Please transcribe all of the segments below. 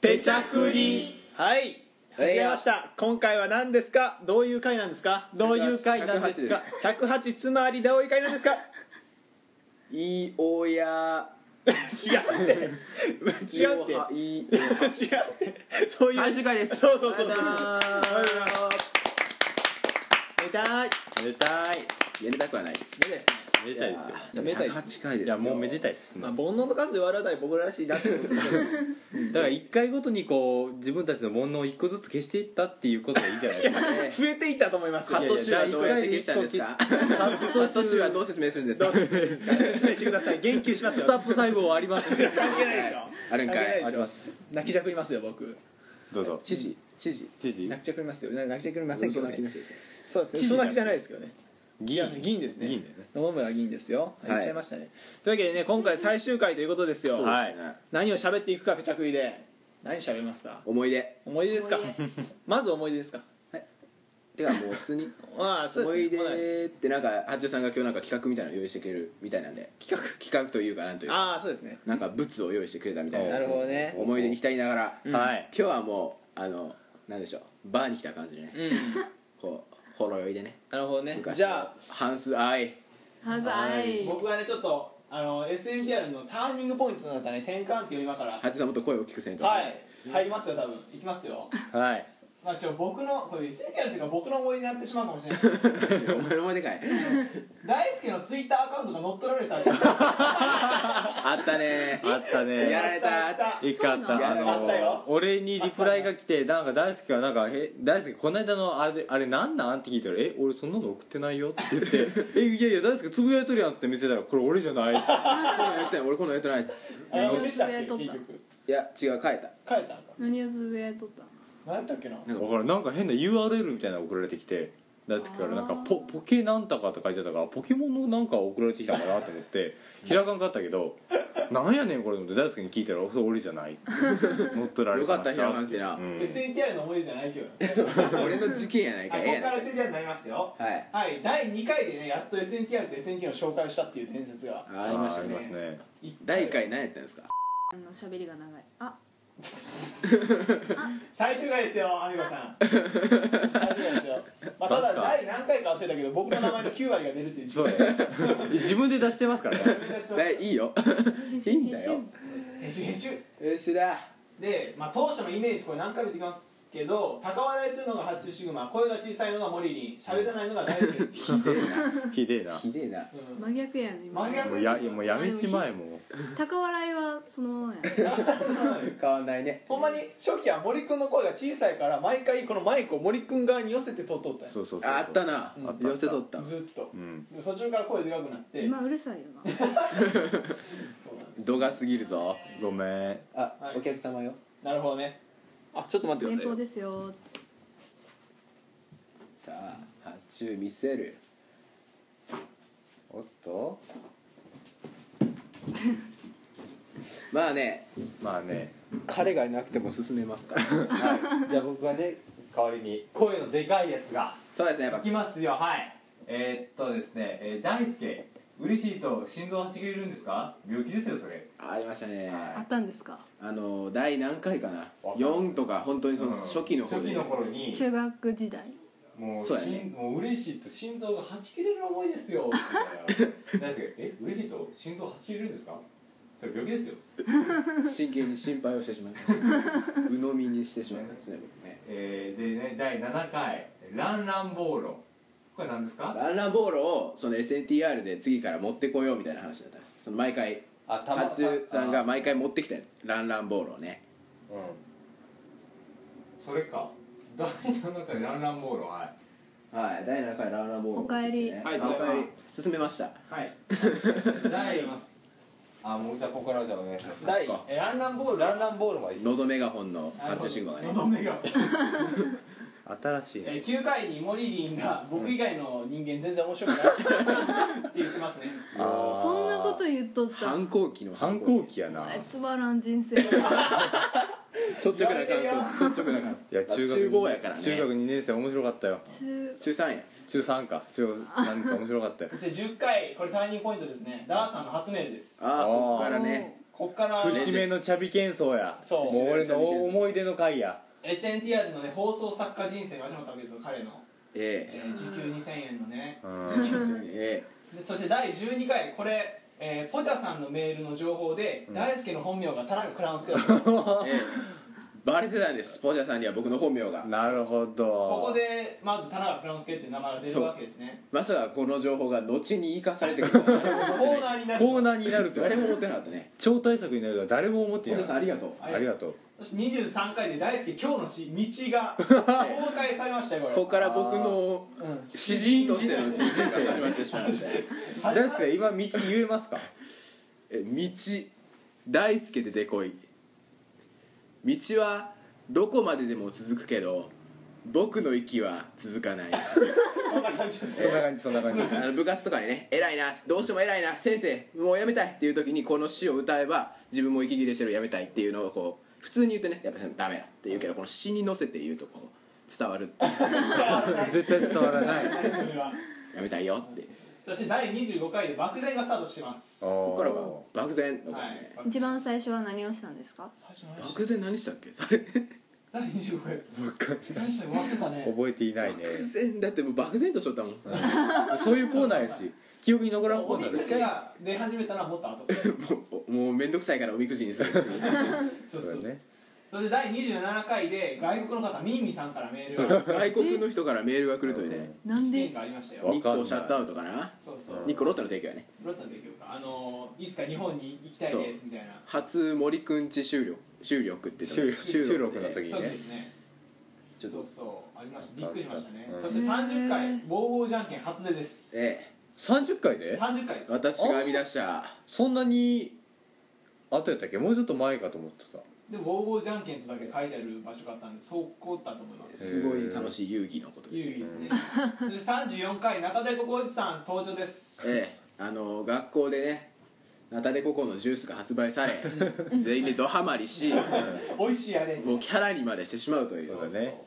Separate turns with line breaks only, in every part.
ペチャクリ
はい
はい
始めました今回は何ですかどういう回なんですか
どういう回なんですか
108つまりどういう回なん ですか
いいおや
違うって違うって違う
いいおは
っ
い
てそういう
最終回です
そうそうそうそう
ありがとうございます
めでたい
めでたい
やりたくはないです
めでたいですね
めでたいですよ
や
めでたい
108回ですよ
いやもうめでたいっす
ま
だ
あ
か
煩悩の数で笑うない僕ららしいなって思 うんですけど
ら1回ごとにこう自分たちの煩悩を1個ずつ消していったっていうことがいいじゃないですか
ね
増えていったと思います
カットシはどうやって消したんですかカットシはどう説明するんです
ど
か
うぞ説明してください言及します
ス
よ
タッフ細胞ありますね
関係ないでしょ
あるんか
関係ない
い
でしょ泣きじゃくりますよ僕
どうぞ
知事知事
知事
泣きじゃくりますよ泣きじゃくりませんけ
嘘
ど
泣
ね
きの人ですね
そうですね
知事
嘘
だ
泣きじゃないですけどね
議員
違う議員ですね
議員だよね
野々村議員ですよ
い
言っちゃいましたね、というわけでね今回最終回ということですよ
そうですね
はい、何を喋っていくかペチャクリで何喋りますか
思い出
思い出ですか
思い
まず思い出ですか
てかもう普通に
ま あそう
思い
ですねま
出ってなんか八代さんが今日なんか企画みたいなの用意してくれるみたいなんで
あ企
企画というかなんという
画
か
ああそうですね
なんか物を用意してくれたみたい
な
な
るほどね
思い出に浸りながら
ん
今
はい
日はもうあのなんでしょうバーに来た感じでね
うん
こうほろ酔いでね
なるほどね
昔
じゃあ
のハンス・アイ
はずあい
僕はねちょっとあの SNDR のターニングポイントとなったね転換っていうのを今から
八代さんもっと声を大きくせんと
はい入りますよ多分いきますよ
はい
まあちょ僕のこれ SNDR っていうか僕の思い出になってしまうかもしれない
お前の思い出かい
大輔のツイッターアカウントが乗っ取られたってあ
あったね
あった ね
やられた
った
一回あっ
そう
た
な
あ
の
あったよ
の俺にリプライが来てなんか大輔がなんか「え大輔この間のあれあれなんなん?」って聞いたら「え俺そんなの送ってないよ」って言って 「えいやいや大輔つぶやいとるやん」って見せたら「これ俺じゃない」
こんなんやってない俺こんなんやってないっつって
れでしたっけ
乗
結
っ取った
局
いや違う変えた
帰ったんか
何をつぶやいとったの
何やったっけな
だからなんか変な URL みたいなの送られてきて大輔からなんか
あー
ポ「ポケなんたか」って書いてあったからポケモンのなんか送られてきたのかなと 思って開かんかったけど「なんやねんこれ」と思って大輔に聞いたら「それ俺じゃない」 乗っ取られてました
よかった開かんくてな
うん
SNTR の思い出じゃないけど
俺の事件やないか
はいこ
ええや
こ
な
から
い
SNTR になりますよ
はい
はい第2回でねやっと SNTR と SNK を紹介をしたっていう伝説が
あありました
あーあり
ね
ますね
第1回何やったんですか
あの喋りが長いあ
最終回ですよアミゴ さん最終回ですよ、まあ、ただ
バカ
第何回か忘れたけど僕の名前 の9割が出るっていう自
そ
分
う
で
やね 自分で出してますからね
出してます
第いいよ
編
いいんだよ
編集編集
編集だ
で、まあ、当初のイメージこれ何回も言ってきますけど高笑いするのが発注シグマ声が小さいのが森に喋らないのが大輔
ひでえな
ひでえな
うん
真逆やね今
真逆
もうやもうやめちまえも
高笑いはそのままや
変わんないね
ほんまに初期は森くんの声が小さいから毎回このマイクを森くん側に寄せて撮っとったん
う
や
そうそうそうそう
ああったな
うんあ
った
寄せとった
ずっと
う、ん
でも途中から声でかくなって
今うるさいよな
そうなんです
度が過ぎるぞ
ごめん
あ
はい
お客様よ
なるほどね
あちょっと待
電報ですよ
さあ発注見せる
おっと
まあね
まあね
彼がいなくても進めますから
じゃあ僕はね代わりに声のでかいやつが
そうですねやっ
い
ぱ
きますよはいえー、っとですね、えー、大輔嬉しいと心臓はちぎれるんですか病気ですよそれ
ありましたね
あったんですか
あの第何回かな
わかんない
4とか本当にその
うん
初期の方
初
で、
期の頃に
中学時代
もう
そうやね
しんもう嬉しいと心臓がはち切れる思いですよって言ったら大輔え嬉しいと心臓はち切れるんですかそれ病気ですよ
真剣に心配をしてしまい ました鵜呑みにしてしまいましたね僕ね
えー、でね第7回「ランランボーロ」これ何ですか
ランランボールをその SNTR で次から持ってこようみたいな話だったんですその毎回
あた
八中さんが
うん
毎回持ってきたよランランボールをね
それか第7回「ランランボーロ」はい
はい第7回ランランボールを持ってきてね
お
かえり
あおかえ
はい
り進めました
はい
第あもうじゃあここからじゃあお願いします
第えランランボール
ランランボールまで
喉メガホンの発注信号がね
喉目が
新しい
えー9回にモリリンが僕以外の人間全然面 白くないって言ってますね
そんなこと言っとった
反抗期の
反抗期やな
えつまらん人生
率直な感想率直な感
い
想
や中学
厨房やからね
中学2年生面白かったよ
中
中3や
中3か中3年生面白かった よ
そして10回これターニングポイントですねダーさんの初メールです
ああ
あー
ここからね
お
こっから
節目のチャビ喧騒や
そう
もう俺の思い出の回や
SNTR のね放送作家人生が始まったわけですよ彼の、
ええ
えー、時給2000円のね
うん
え
でそして第12回これ、えーポチャさんのメールの情報で、大輔の本名が田中倉之介だった こ
えええバレてたんですポジャさんには僕の本名が
なるほど
こでまず田中倉之介っていう名前が出るわけですね
まさかこの情報が後に生かされてくる とは
コーナーになる
コーナーになるとは
誰も思ってなかったね
超大作になるとは誰も思って
ポ
い
ジ
な
ャさんあ
い
りがとう
あ
ありがとう
そして23回で大輔今日の詩「道」が公開されましたよこれ
ここから僕の
うん
詩人としての人生が始まってしまって
大輔今道言えますか
え道大輔ででこい道はどこまででも続くけど僕の息は続かない
そんな感じ
そんな感じそんな感じ
あの部活とかにね偉いなどうしても偉いな先生もうやめたいっていう時にこの詩を歌えば自分も息切れしてるやめたいっていうのをこう普通に言うとねやっぱダメだって言うけどこの詩に乗せて言うとこう伝わるっていう
絶対伝わらない
それは
やめたいよって
そして第25回で漠然がスタートしてます
こ
こ
こからは漠然の、
はい
一番最初は何をしたんですか
最初の話
漠然何したっけそれ
第25回
わかんない
何したか忘れたね
覚えていないね
漠然だってもう漠然としとったもん
そういうコーナーやし記憶に残らんコ
お
ーナ
み
ーで
く
す
じが出始めたのはもっと後
もうもう面倒くさいからおみくじにするっていう
そう
そ
そうう
だね
そして第27回で外国の方ミンミさんからメ ールが
外国の人からメールが来るというね
なん
事件
で
がありました
わ
よ
日光シャットアウトかな
そうそううん
日光ロッテの提供やね
ロッタの時かあのーいつか日本に行きたいですみたいな
初森くんち収録収録って言ったの
収収録の時に
そうで
ね
すね
ちょっ
そう
と
そうありましたびっくりしましたね
うん
そして30
へ
回
ー
ウォーウォーじゃんけん初出です
ええ
30回で
30回です
私が編み出した
そんなに後やったっけもうちょっと前かと思ってた
でウォーウォーじゃんけんとだけ書いてある場所があったんでそこだと思います
すごい楽しい遊戯のことで、
有意義です ねそして34回ナタデココおじさん登場です
ええあの学校でねナタデココのジュースが発売され全員でドハマりし
美味しいあれ
もうキャラにまでしてしまうとい
そううだね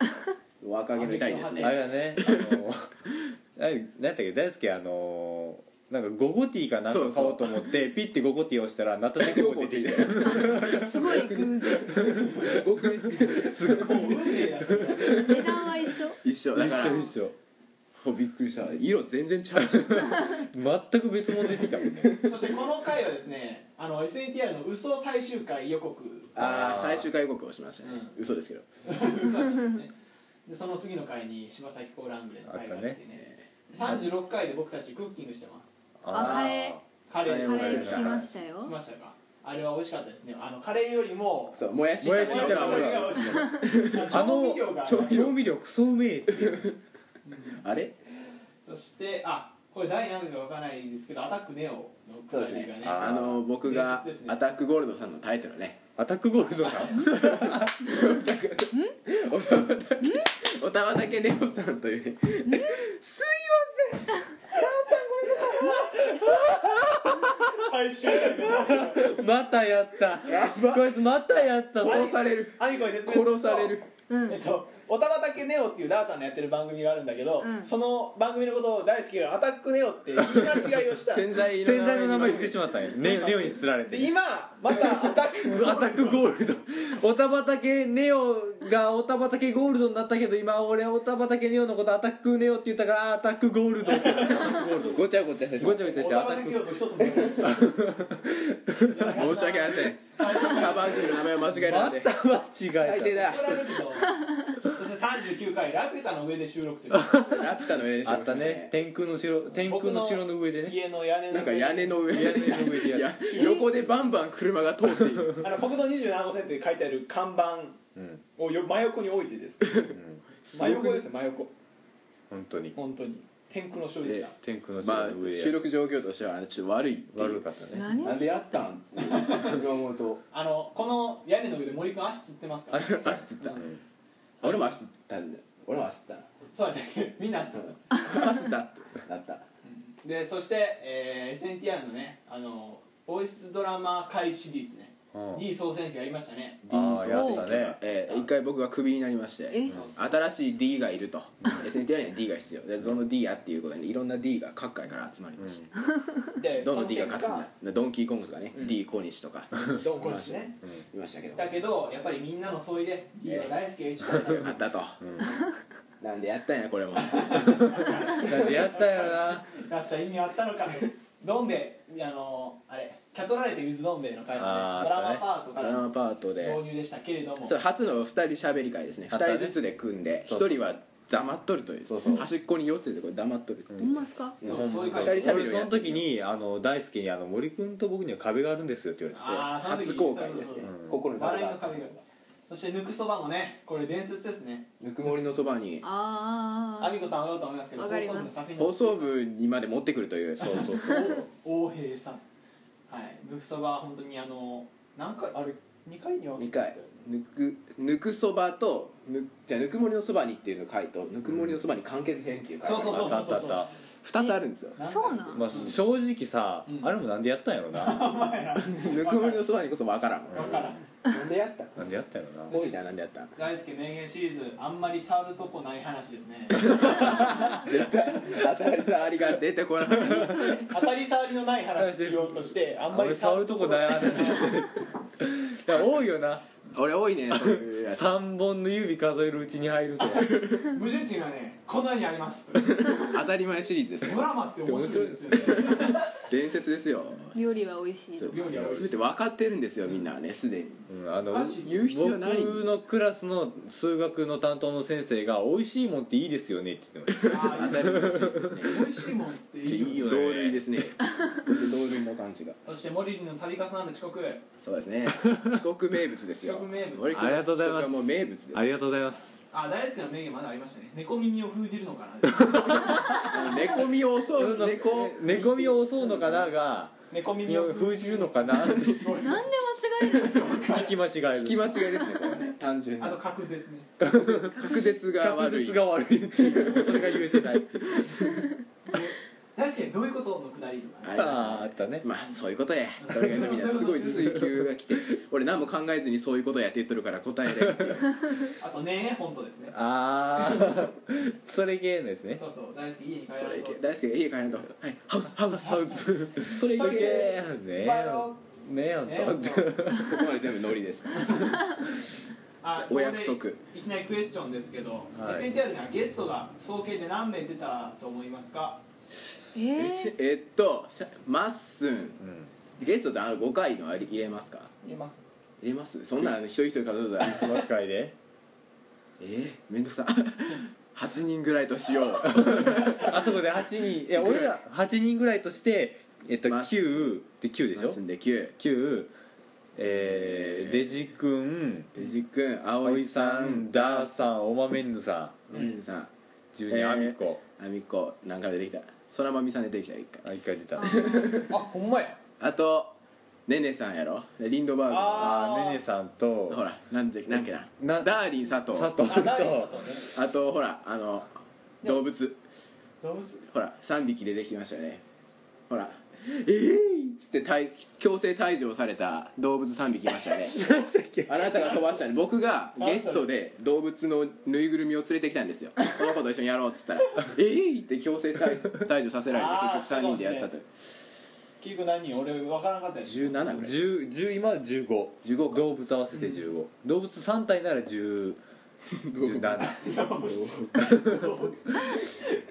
若気の痛いです
あれ
ね
だねあのあれ何やったっけ大輔あのなんかゴゴティーかなんか買おうと思ってピッてゴゴティーを押したらナタデココ出てきて
すごい偶然
すごくです
すごいもう運命だそれ
値段は一緒
一緒だから
一緒一緒
ほびっくりした色全然違うし
全く別物出てきたもんね
そしてこの回はですねあの SNTR の嘘最終回予告
ああ最終回予告をしましたね、嘘ですけど
嘘だったんですねでその次の回に柴咲コウラングレの回があって
あった
ね36回で僕たちクッキングしてます
あカレー
カレー
カレ
カ
ー
レー
で
聞
す
きましたよ
しましたかあれは美味しかったですねあのカレーよりも
そうもやし
もやし
調
知ってた
美味しい
味料がある
ー調味料クソうめえって
あれ
そしてあこれ第何回かわからないですけどアタックネオのくだりがね
あー
あの僕が
伝説ですね
アタックゴールドさんのタイトルね
アタックゴールドか
おたまたけおたまたけネオさんというねすいません
最終回
またやったこいつまたやったぞ
殺される
アミコに説明すると
殺される
うん
えっと「おたまたけネオ」っていうダーさんのやってる番組があるんだけど、
うん
その番組のことを大好きが「アタックネオ」って言い間違いを した
潜
で
在の
洗剤の名前言ってしまったんやネネオに釣られて
今またアタック
アタックゴールドオタバタケネオがオタバタケゴールドになったけど今俺オタバタケネオのことアタックネオって言ったからあーアタックゴールドって
ごちゃごちゃしてしま
ご
っ
ちゃごち
お
ゃして
た
ア
ま
タ
たけ
ッ
要
ク
素一つもない
た申し訳ありませんカバン君の名前を間違えた
ま
ので
た間違
最低
え
だ
怒られるけどそして39回「ラピュタの上で収録」という
ラピュタの上にして
たあ
ました
ったね
ね
天空の城天空の城の上でね
家の屋根の
なんか屋根の上
屋根の上でや
い
る
や横でバンバン車が通っている
あの国道27号線って書いてある看板
うん
をよ真横に置いてです
す
真
ごく
横です真横
本当に
本当に天空の勝利でした
天空の城
まあ
の上でや
収
る
録状況としてはあのちょっと悪いっていう
悪かったね
何
なんでやったん今思うと
あのこの屋根の上で森君足つってますから
足
足つった
うん
俺も足つったんだよ俺も足つった
そうやってみんな足つっ
な足つったってなった
てでそして、えー、SNTR のねあの王室ドラマ会シリーズね
うん
D 総選挙やりましたね
ああやったね
えー一回僕がクビになりまして
え
新しい D がいると SNT には D が必要でどの D やっていうことにいろんな D が各界から集まりまして、
で
どの D が勝つんだドンキーコングとかね、D 小西とか
ドンコですね
いましたけど
だけどやっぱりみんなの総意で D は大好きが一番だ
よかったと、なんでやったんやこれも
なんでやったよな
だった意味あったのか どん兵衛あのあれキャトラレテウズどん兵衛の会
あ
まで
ー
ドラマパートか
ドラ
ら
マパートで
導入でしたけれども
そう初の2人喋り会ですね
あったね
2人ずつで組んで
そう
1
そう
人は黙っとるという
そうそう
端っこに寄っててこれ黙っとるっていう
ほんますか
そうそういう会
二人喋るよ
俺その時にあの大輔にあの「森君と僕には壁があるんですよ」って言われて
あーその時
初公開ですね
そうそうそう
心に
笑いの壁がそしてぬくそばもねこれ伝説ですね
ぬくもりのそばに
ア
あ
ミコさんは分かると思いますけど
わかります
放送部の作品
放送部にまで持ってくるという
そうそうそう
大平さんはいぬくそばは本当にあの何回あれ2回には
2回ぬくぬくそばとぬじゃあぬくもりのそばにっていうの回とぬくもりのそばに完結編っていう回
そうそう
あったあったあった
2つあるんですよ
あそうなん
まあ正直さ
うん
あれもなんでやったんやろな
ぬくもりのそばにこそわからん
分からん
なんでやった
なんでやったんやろな
多いななんでやった
大輔名言シリーズあんまり触るとこない話ですね
絶対当たり障りが出てこなかった
当たり障りのない話しようとしてあんまり
触るとこない話して いや多いよな
俺多いねそういうやつ
3本の指数えるうちに入 るとか
矛盾っていうのはねこんなにあります
当たり前シリーズですね
ドラマって面白いですよね
伝説ですよ
料理は美味しい
そう
料理は美味しい
全て分かってるんですよみんなはねすでに
うんあの
マジ
言う必要ない
僕のクラスの数学の担当の先生が「美味しいもんっていいですよね」って言ってまし
あ
当
ー
たり前シリーズですね
美味しいもんっていいよ
いいよね
同類ですね同類の感じが
そしてモリリンの度重なる遅刻
そうですね遅刻名物ですよ
遅刻名物
森君
ありがとうございます
遅刻はもう名物 です
たありがとうございます
あ大好きな名言まだありましたね猫耳を封じるのかな
猫込みを襲う猫
猫みを襲うのかなが
猫耳を
封じるのかなって
なんで間違えるんですか
聞き間違える
聞き間違いですねこれはね 単純
あ
な
と確実ね
確舌が
確
悪い
率が悪いっていうそれが言えてない っていう
大好きどういうことのくだりとかね
ありましたね
あーあったね
まあそういうことやとにかくみんなすごい追求が来て俺何も考えずにそういうことやって言っとるから答えれっていう
あとね本当ですね
ああそれ系のですね
そうそう大好き家に帰
そ
ら
れ
れ
いけ
て
大好き家帰らんとはいハウスハウスハウス
それ系ねえよねえよ
ね
と
ここまで全部ノリです
あ
お約束
そこでいきなりクエスチョンですけど、
はい
SNTR にはゲストが総計で何名出たと思いますか
え ー、
えっとさまっすん
うん
ゲストであの5回のあれ入れますか
言えます
入れますそんなん一人一人からどうだ
その機会で
えー、めんどく さ8人ぐらいとしよう
あそこで8人いや俺ら8人ぐらいとしてえっと
まあ
9で9でし
まっ
ょ
すんで9
9えー、デジ君
デジ君
葵
葵
さ
さ
ん
ん
ダ
ダ
ー
ー
さんおまめんぬさん
うんさん
十人
えー
あみこ
あみっこ何回出てきたそらまみさん出てきた一回
あ一回出た
あ
あ
ー
あほんまや
あとねねさんやろリンドバーグの
あー
ーねねさんと
ほらなんでなんけな
な
ダーリン佐藤
佐藤
あ誰だ
と
ったのね
あとほらあの動物
動物
ほら3匹出てきましたよねほらええー、っつって退強制退場された動物3匹いましたよねあなたが飛ばしたね僕がゲストで動物のぬいぐるみを連れてきたんですよこの子と一緒にやろうっつったら「ええー!」って強制退退場させられて結局3人でやったという
結局何人俺分からなかったです
17ぐらい
10 10今は15
15か
動物合わせて15、動物3体なら10 17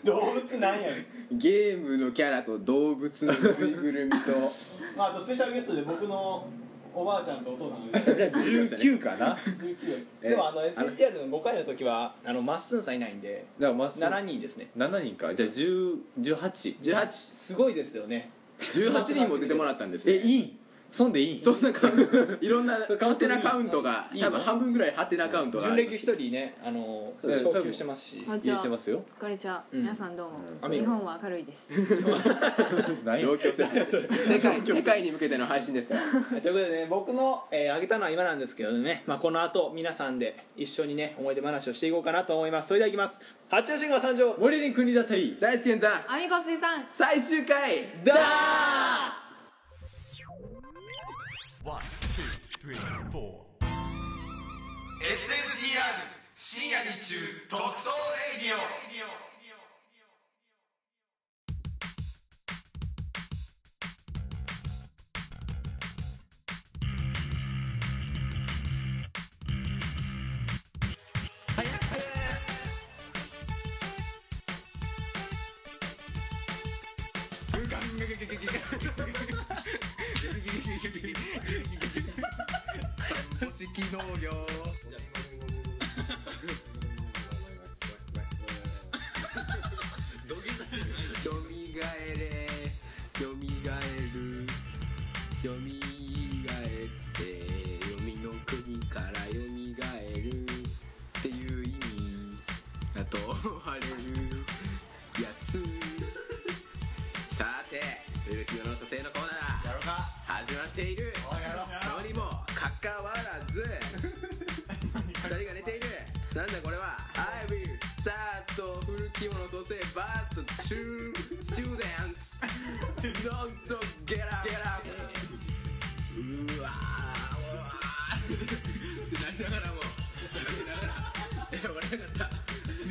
動物なんやねん
ゲームのキャラと動物のぬいぐるみ と
まああとスペシャルゲストで僕のおばあちゃんとお父さんが出て
じゃあ19かなだか
19
え
でもあの
あの
SNTR の5回の時はあのまっすんさんいないんで
らまっすぐ
7人ですね
7人かじゃあ10 18
1818
すごいですよね
人も出てもらったんです
え
ね
いいそんでいい
そんなカ ウントいろんな
カウント
ハテ
いい
ナカウントが
いいの
多分半分ぐらいハテナカウントが
純
あ
烈
る
一人ねあの
そうです
昇級してますし
こんにち
言え
は
てますよ
こんにちは、
うん
皆さんどうも、
うん
日本は明るいです
ない
状況 説明世界世界に向けての配信ですから
ということでね僕の、えー、挙げたのは今なんですけどね、まあ、この後皆さんで一緒にね思い出話をしていこうかなと思いますそれではいきます八中信号参上
森に国だったり
大輔さん
アミコスイさん
最終回
だ
だ
three, four. SNDR 深夜に中特捜レディオ
お式農業よみがえれよみがえるよみがえってよみの国からよみがえるっていう意味だと思われるやつさてウルキオの蘇生のコーナー
やろうか
始まっている
おいやろう
のにもかかわらず二人が寝ているなんだこれは I will start 古着物蘇生 but two students don't get up get up うわーうわーってなりながらもなりながらえ終われなかった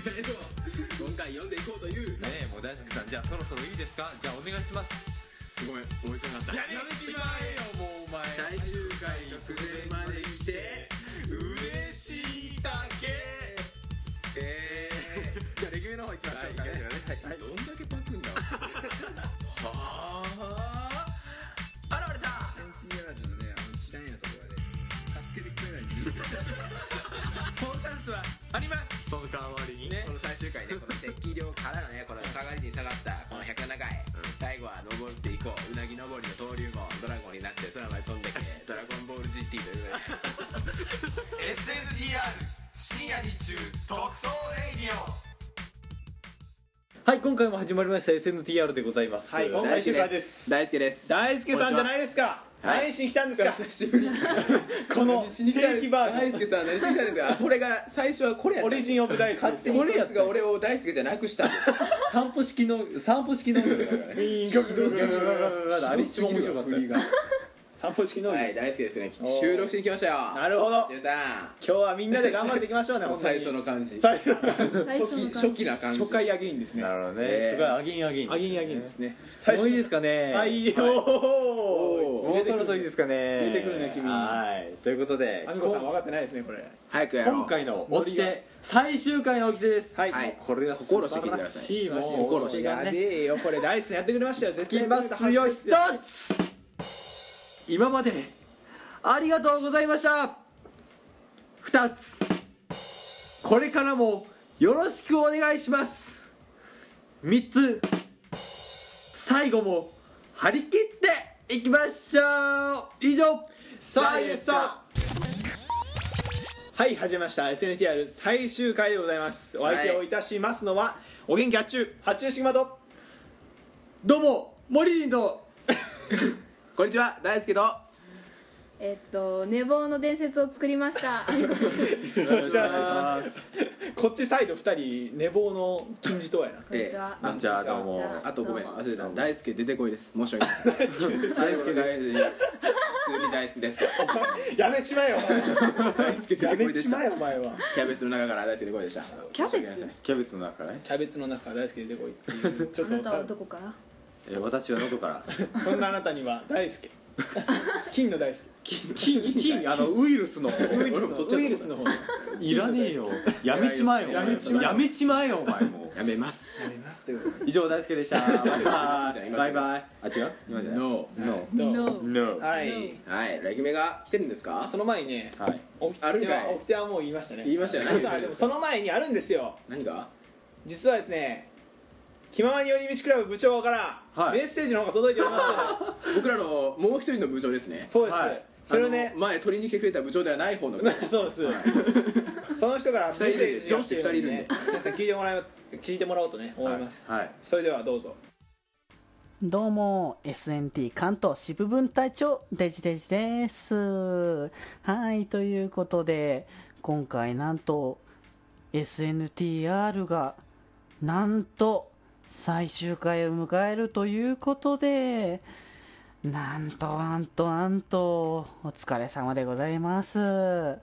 メールを今回読んでいこうという
ねえもう大輔さんじゃあそろそろいいですかじゃあお願いします
ごめん思いつかなかった
やめちまえよもうお前
最終回直前まで来て
嬉しいだけ
えー
じゃあレギュメの方行きましょうかね、
はい、どんだけパクんだはあ現れた
NTR のねあの嫌いなところで助けてくれないんですよ
本タンスはあります
その代わりにね
この最終回ねこの赤量からのねこの下がりに下がったこの107回、最後は登っていこううなぎ登りの登竜門ドラゴンになって空まで飛んでけドラゴンボール GT というね
SNDR 深夜に中特捜レディオ
はい今回も始まりました SNTR でございます
はい今回最終回です
大好きです
大輔さんじゃないですか
はい
何しに来たんですか
久しぶり
この
死にたい
正規バー
大
ジ
輔さん何してきたんですかこれが最初はこれや
ョン
っ
オ
た
リジンオブ大輔
勝
です
手にこいつが俺を大輔じゃなくしたんです
散歩式の散歩式のだから ねあれ一番面白かった
振りが
散歩式農業、
はい、大好きですね
お。ー
収録しに来ましたよ。
なるほど
中さ
今日はみんなで頑張っていきましょう ね
ん、
本当
最
に
初の感じ。初
最初の
最
期、
初の
初
感
期
じ
な感じ。
初回アゲインですね
なるほどね
えー
すごいアゲインアゲイン
アゲインアゲインですね最
もういいですかね
はい
はい
おー
もうそろそろいいですかね
出てくるね君
はいということで
アミコさん
こ
分かってないですねこれ
早くやろう。
今回の
ノ
起
リ
き
が
て最終回の起きてです
はい
はい
これが
心して聞いてください
素晴らしいもう
心して
やべえよこれ大輔やってくれましたよ絶
いき
対
ますよ一つ今までありがとうございました二つこれからもよろしくお願いします三つ最後も張り切っていきましょう以上
さあイエスさはい始めました SNTR 最終回でございますお相手をいたしますのは、お元気あっちゅう八中シグマと
どうもモリリンと
こんにちは、大輔と。
えっと寝坊の伝説を作り ましたありがとうございます
お知らせしますこっちサイド二人寝坊の金字塔やな
こんにちは
ええ
じゃあどう
じ
も
ゃ
あとごめん、
どうも
忘れた。大輔出てこいです。申し訳ない。大輔の大輔です。普通に大好きです。
やめちまえよお前
大輔出
や
てこい
め
で
ち
した。
まえお前は
キャベツの中から大輔出てこいでした。
キャ
申
ベツ
し訳ありません
キャベツの中ね
キャベツの中から大好き出てこいっていうちょっ
あなたは
と
どこから
え私は喉 から
そんなあなたには大好 き金の大好
金金 あのウイルスの
きウイル
俺
ス
もそっ
の
ちだと思った
ウイルスの方や
いらねえよやめちまえよ
やめちまえよ
やめちまえよお前も
やめます。
りますということで
う以上大輔でしたバイ
すいません
バイバイあ違う今じゃない
No。
No
どう
No
はい
はい、レギュメが来てるんですか
その前にね
はい
起きて
あるん
は
かい
起きてはもう言いましたね
言いましたよね
皆さんでもその前にあるんですよ
何が
実はですね気ままに寄り道クラブ部長から、
はい
メッセージの方が届いております
僕らのもう一人の部長ですね。
そうです、
はい
それをね
あの前取りに来てくれた部長ではない方の部 長
そうです、その人からメッセージ
二人いるんで上司二人いるんで
皆さん聞いてもらえ聞いてもらおうとね思います、
はい
それではどうぞ
どうも、SNT 関東支部分隊長、デジデジです。はい、ということで、今回なんと、SNTR が、なんと、最終回を迎えるということで、なんとなんとなんとお疲れ様でございます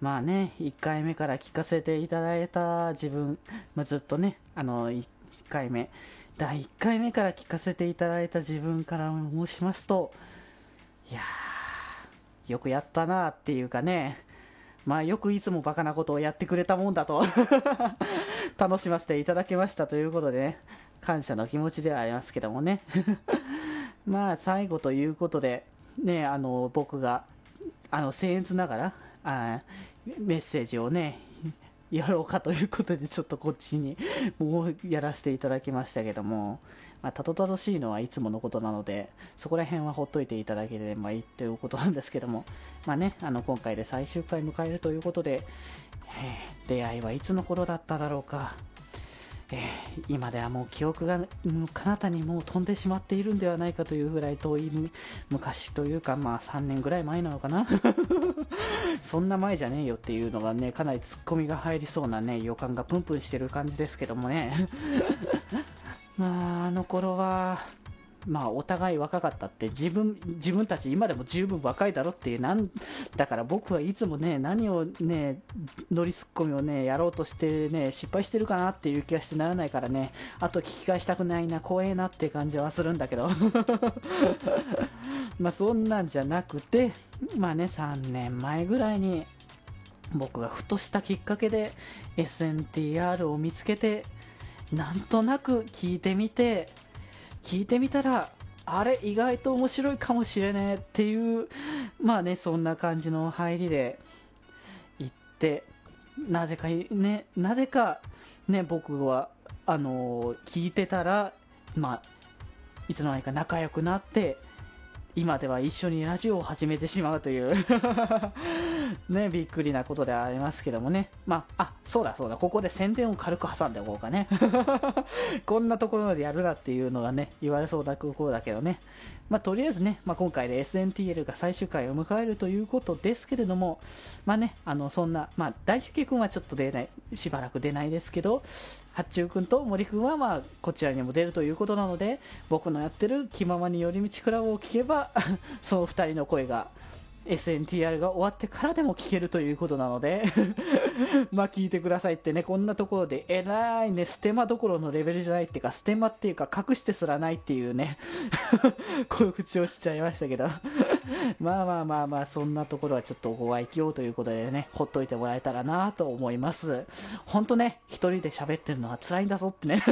まあね1回目から聞かせていただいた自分、まあ、ずっとねあの1回目第1回目から聞かせていただいた自分から申しますといやーよくやったなっていうかねまあよくいつもバカなことをやってくれたもんだと 楽しませていただきましたということでね感謝の気持ちではありますけどもねまあ最後ということで、ね、あの僕があの僭越ながらあーメッセージをねやろうかということでちょっとこっちにもうやらせていただきましたけども、まあ、たどたどしいのはいつものことなのでそこら辺はほっといていただければいいということなんですけども、まあね、あの今回で最終回迎えるということで、えー出会いはいつの頃だっただろうか。えー今ではもう記憶がうん彼方にもう飛んでしまっているんではないかというぐらい遠いむ昔というかまあ3年ぐらい前なのかな そんな前じゃねえよっていうのがねかなりツッコミが入りそうなね予感がプンプンしてる感じですけどもね まああの頃はまあお互い若かったって自分自分たち今でも十分若いだろっていうなんだから僕はいつもね何をね乗りツッコミをねやろうとしてね失敗してるかなっていう気がしてならないからねあと聞き返したくないな怖えなって感じはするんだけど まあそんなんじゃなくてまあね3年前ぐらいに僕がふとしたきっかけで SNTR を見つけてなんとなく聞いてみて聞いてみたらあれ意外と面白いかもしれねえっていうまあねそんな感じの入りで行ってなぜかねなぜかね僕はあの聞いてたらまあいつの間にか仲良くなって今では一緒にラジオを始めてしまうという ねびっくりなことではありますけどもねまああそうだそうだここで宣伝を軽く挟んでおこうかね こんなところでやるなっていうのがね言われそうなところだけどねまあとりあえずね、まあ、今回で SNTL が最終回を迎えるということですけれどもまあねあのそんなまあ大輔君はちょっと出ないしばらく出ないですけど八中君と森君はまあこちらにも出るということなので僕のやってる「気ままに寄り道クラブ」を聞けば その2人の声が SNTR が終わってからでも聞けるということなので まあ聞いてくださいってねこんなところでえらいねステマどころのレベルじゃないっていうかステマっていうか隠してすらないっていうね こういう口をしちゃいましたけど まあまあまあまあそんなところはちょっとご愛嬌ということでねほっといてもらえたらなと思いますほんとね一人で喋ってるのは辛いんだぞってね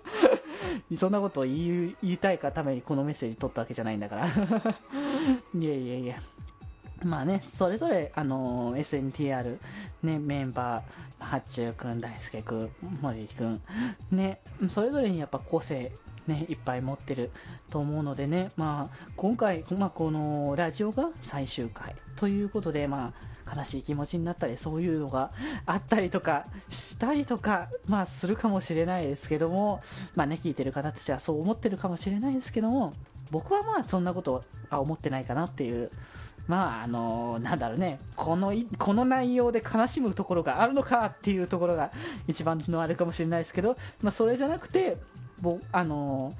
そんなことを言い言いたいがためにこのメッセージ取ったわけじゃないんだから いやいやいやまあね、それぞれ、あのー SNTR、ね、メンバー、八中くん、大輔くん、森くん、ね、それぞれにやっぱ個性、ね、いっぱい持ってると思うのでね、まあ、今回、まあ、このラジオが最終回ということで、まあ、悲しい気持ちになったり、そういうのがあったりとか、したりとか、まあ、するかもしれないですけども、まあね、聞いてる方たちはそう思ってるかもしれないですけども、僕はまあ、そんなことは思ってないかなっていう、まああのなんだろうねこのいこの内容で悲しむところがあるのかっていうところが一番のあれかもしれないですけど、まあ、それじゃなくてぼあの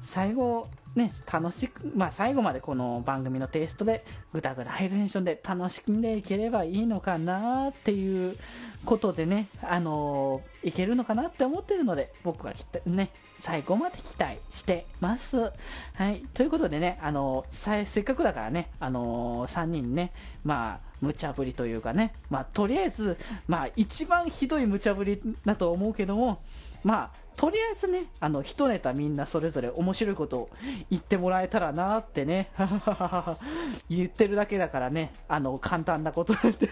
最後ね楽しく、まあ、最後までこの番組のテイストでぐだぐだハイテンションで楽しんでいければいいのかなっていうことでねあのいけるのかなって思ってるので僕はきっとね最後まで期待してますはいということでねあのさせっかくだからねあの3人ねまあ無茶ぶりというかねまあとりあえずまあ一番ひどい無茶ぶりだと思うけどもまあとりあえずねあの一ネタみんなそれぞれ面白いことを言ってもらえたらなってね 言ってるだけだからねあの簡単なことなんて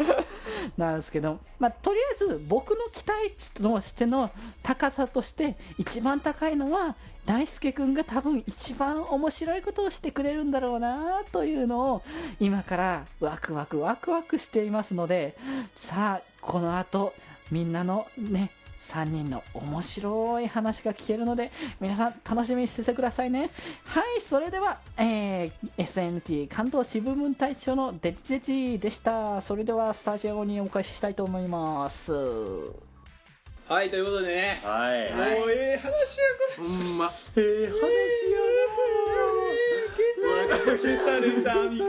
なんですけど、まあ、とりあえず僕の期待値としての高さとして一番高いのは大輔君が多分一番面白いことをしてくれるんだろうなというのを今からワクワクワクワクしていますのでさあこの後みんなのね3人の面白い話が聞けるので皆さん楽しみにしててくださいねはいそれでは、えー SNT 関東支部分隊長のデジデジでしたそれではスタジオにお返ししたいと思います
はいということでね
はい
もうええ話やこれ
ほんま
ええ話やな
消されたアミコ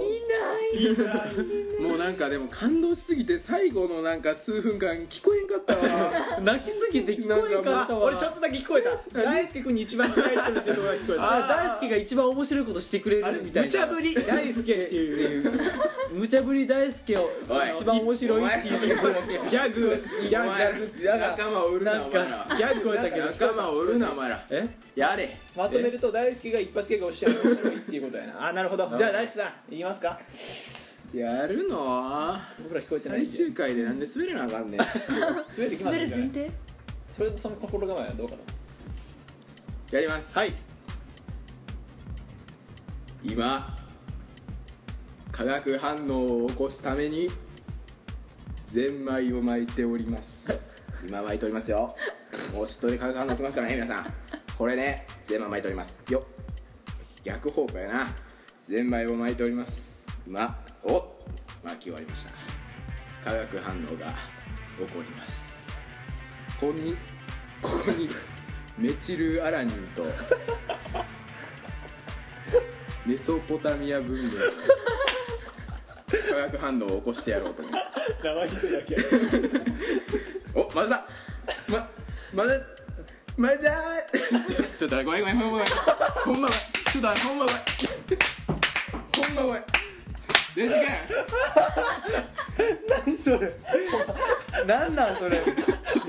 い
いない
もうなんかでも感動しすぎて最後のなんか数分間聞こえんかったわ
泣きすぎて聞こえんかったわ俺ちょっとだけ聞こえた 大輔君に一番期待してるっていうところが聞こえた
あ大輔が一番面白いことしてくれるみたい
無
な
茶ぶり大輔っていう
無茶ぶり大輔を
おい
一番面白いっていうところだけ
ギャグギ
お
ャ
前
グ
ら仲間を売るな
な
お
ん
前
からギャグ超えたけど
仲間を売るなお前ら
え
やれ
まとめると大輔が一発芸がおっしゃる面白いっていうことやなあなるほどじゃあ大輔さん言いますか
やるの
僕ら聞こえてないん
最
で
終回でなんで滑らなあかんねんい
滑るって決まって
滑
ん
る
じゃな
前
い
提
それとその心構えはどうかな
やります
はい
今化学反応を起こすためにゼンマイを巻いております 今巻いておりますよもうちょっとで化学反応きますからね皆さんこれねゼンマイ巻いておりますよっ逆方向やなゼンマイを巻いております今お巻き終わりました化学反応が起こりますここにここにメチルアラニンとメソポタミア文明化学反応を起こしてやろうと思います
生意気だけ
おまだだままだまだちょっとごめんごめんごめんごめんほんまごめんちょっとほんまごめんほんまごめん電池か
それなんなんそれ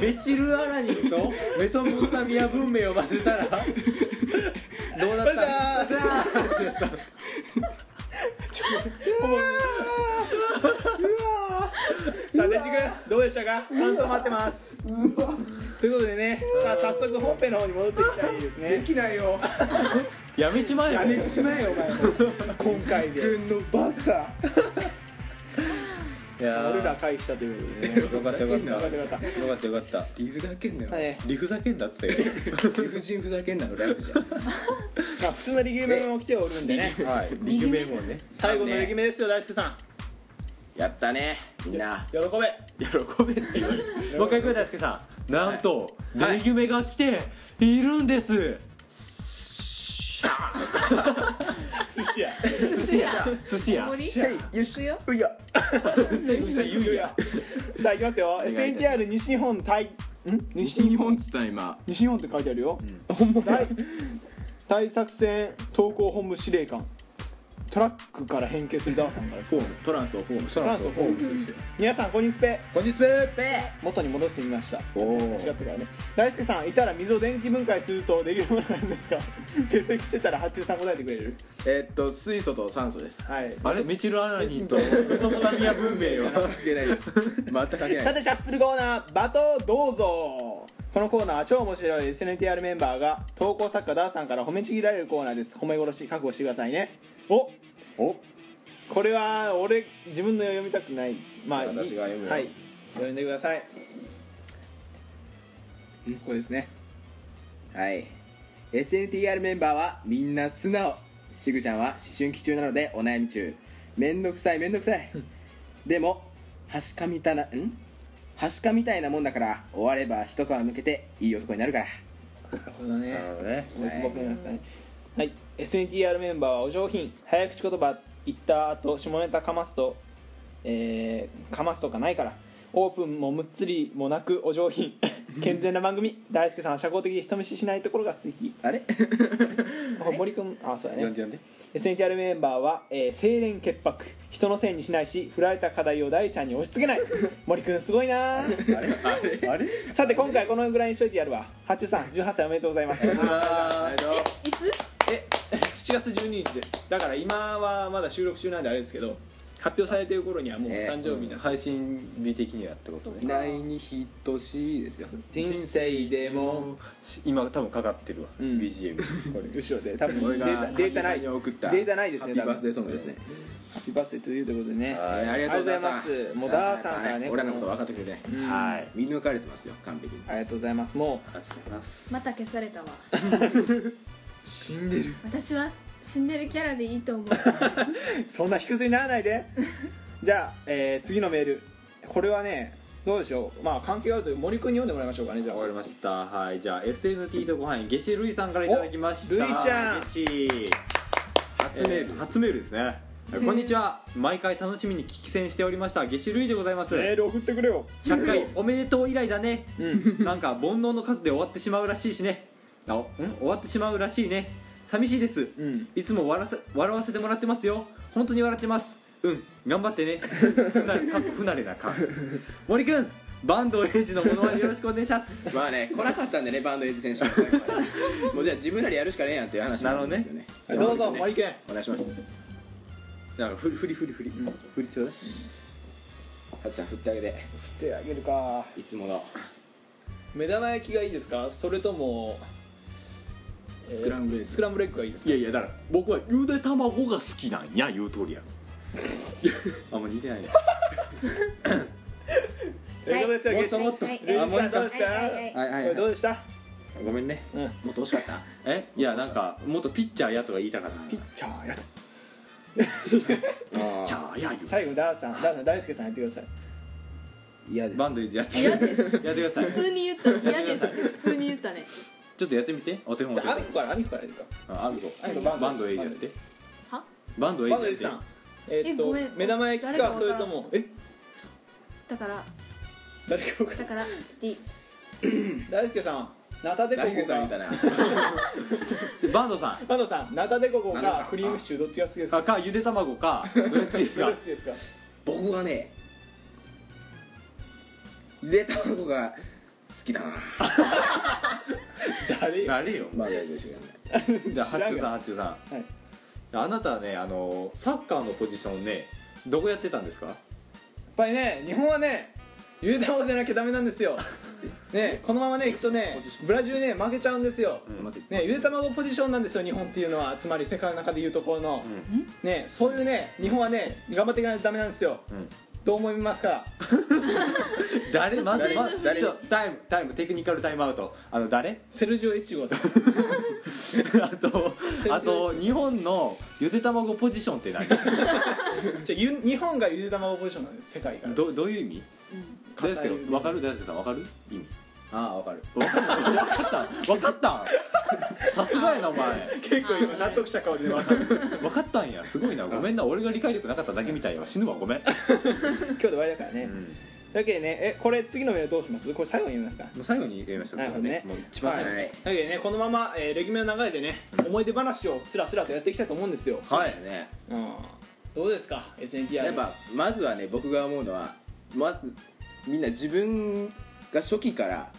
メチルアラニンとメソポタミア文明を混ぜたらどうなっ
バザ
たバザーってやった
さあデジ君どうでしたか感想待ってますということでねさあ早速本編の方に戻っていきたいです
で
ね
きないよ
やめちまえよ
やめちまえよお前も今回で
君のバカ
いやー
俺ら回避したということでね
よかったよかった
よかった
よ
よかっ
かったよかった
理不ざけんなよ、
たはい
理不ざけんだっつったよ
理不尽ふざけんなのライブじゃん
まあ普通のリギュメも来ておるんでね
はい理不名門ね
最後のリギュメですよ大輔さん
やったねみんな
喜べ
喜べって言われる
もう一回くれ大輔さんなんと
はい
リグメが来ているんです
寿司や
寿司屋寿司屋
森
よ
行くよ
いや
さあいきますよ
願いいたします
SNTR 西日本対ん
西日本っつったら今
西日本って書いてあるよ、大大作戦投稿本部司令官トラックから変形するダーさんから
フォームトランスをフォーム
トランスをフォームする人皆さんこんにちは
こんにちは
元に戻してみました
おお
違ったからね大輔さんいたら水を電気分解するとできるものなんですか 欠席してたら発注さん答えてくれる
えーっと水素と酸素です
はい
あれメチルアラニンとメソポタミア文明は
関係ないです全く関係ない
さ
で
てシャッフルコーナーバトどうぞこのコーナーは超面白い SNTR メンバーが投稿作家ダーさんから褒めちぎられるコーナーです褒め殺し覚悟してくださいねお
お
これは俺自分の読みたくないまあ
じゃあ私が読むよ
はい読んでくださいんこれですね
すはい SNTR メンバーはみんな素直しぐちゃんは思春期中なのでお悩み中めんどくさいめんどく さいでもはしかみたなんはしかみたいなもんだから終われば一皮向けていい男になるから
なるほどね
ほどね
はい
僕も読みますかねはい SNTR メンバーはお上品早口言葉言った後下ネタかますと、えーかますとかないからオープンもむっつりもなくお上品健全な番組大輔さんは社交的で人見知りしないところが素敵
あ れ
あ森君あそうやね
読んで読んで
SNTR メンバーは、えー、清廉潔白人のせいにしないし振られた課題を大ちゃんに押し付けない 森君すごいな
あれあれ
さて今回このぐらいにしといてやるわ八中さん18歳おめでとうございます
あ
えいつ
え7月12日ですだから今はまだ収録中なんであれですけど発表されてる頃にはもう
えー
誕生日
ー
な、
配信日的にはってことね
ない に等しいですよ
人生でも
し今多分かかってるわ
うん
BGM これ
後ろで多分
これ
デ
が
ータデータな
八中さ
い
んに送った
データないですね
ハッピーバースデーソングですね
多分ハッピーバースデーというということでね
は
えーありがとうございます
ありがとうございますもうダーさんからね
俺らのこと分かってくれてね
はい
見抜かれてますよ完璧に
ありがとうございますもう
また消されたわ
死んでる
私は死んでるキャラでいいと思う
そんな卑屈にならない でじゃあ、えー次のメールこれはねどうでしょうまあ関係があるという森君に読んでもらいましょうかねじゃあ
わかりましたはいじゃあ SNT とご飯ゲシルイさんからいただきました
おルイちゃん
ゲシ
は初メール
初メールですねこんにちは毎回楽しみに聞き戦しておりました夏至類でございます
メール送ってくれよ
100回おめでとう以来だね、なんか煩悩の数で終わってしまうらしいしねあん終わってしまうらしいね寂しいです、
うん
いつも笑わせ笑わせてもらってますよ本当に笑ってますうん頑張ってね不なかっこ不慣れなか森くん坂東英二のものまねよろしくお願いします
まあね来なかったんでねバンドエイジ選手の最後までもうじゃあ自分らでやるしかねえやんっていう話なんですよね
なるほどね
じゃあ
どうぞ森君
お願いします
なんかふりふりふりふり、ふりちょうだい
ハチさん振ってあげて
振ってあげるか
いつもの
目玉焼きがいいですかそれともえー
スクランブルエッグ
スクランブルエッグがいいです
い
か
やいやだから僕はゆで卵が好きなんや言う通りや あんま似てないね
ということですよ
はい
ゲスト
もっともっと
あもっとどうですか
はいはい
はいは
これどうでした
ごめんね
もっと惜しかった
えいやなんかもっとピッチャーやとか言いたかったピッ
じゃあ やっ
チャーや言
最後ダーさんダーさん大輔さんやってください
嫌で
う
す
バンドエイジやって
嫌
やっ
です
てください
普通に言った嫌ですって普通に言ったね
ちょっとやってみてお手本
じ
お手
ゃあア
本
ミコからアミコからやるか
あアミコ
アミコバンド
バンドエイジやって
は
バンドエイ
まずエイ
ジ
ジさ
やっ
ん
て
えーっ
えご
と
めん
目玉焼き
誰か
か
わ
そ
から
れ
ん
ともえ
だから
誰か分か
だから D
らん大輔さんナタデコ
大輔
コ
さんみたい
か
な
でバンドさん
マノさんナタデココ
何です
か
か
クリームシチューどっちが好きですか
あかゆで卵かどれ好きです
ど
か
れ好きですか
僕はねゆで卵が好きだな
誰
誰よ
まあ大丈夫ですよ
じゃあ
知
ハ
ら
ッ
ん
チ
が
ューさんハッチューさん、
はい
あなたはねあのサッカーのポジションねどこやってたんですか
やっぱりね日本はねゆで卵じゃなきゃダメなんですよねこのままねいくとねブラジルね負けちゃうんですよ、
待って
ねゆで卵ポジションなんですよ日本っていうのはつまり世界の中でいうところの、ねそういうね日本はね頑張っていかないとダメなんですよ、
ん
どう思いますか
誰まず
誰
まず
誰
ちょタイムタイムテクニカルタイムアウトあの誰
セルジオエチゴ さん
あとあ と日本のゆで卵ポジションって何
じゃあゆ日本がゆで卵ポジションなんです世界から
どどういう意味大
硬い
輔わかる大輔さんわかる意味
ああわかる
わかったわか ったさすがやなお前
結構今納得した顔で出ました今
わかったんやすごいなごめんな俺が理解力なかっただけみたいやわ死ぬわごめん、
日で終わりだからね、
も
だけどねえこれ次のメールどうしますこれ最後に言いますか
う最後に言いました
なるほどね
もう一番最後
はい
だけどねこのまま、えー、レギュメの流れでね、思い出話をつらつらとやっていきたいと思うんですよ、
はい
そうだよね
うん、どうですか SNTR
やっぱまずはね僕が思うのはまずみんな自分が初期から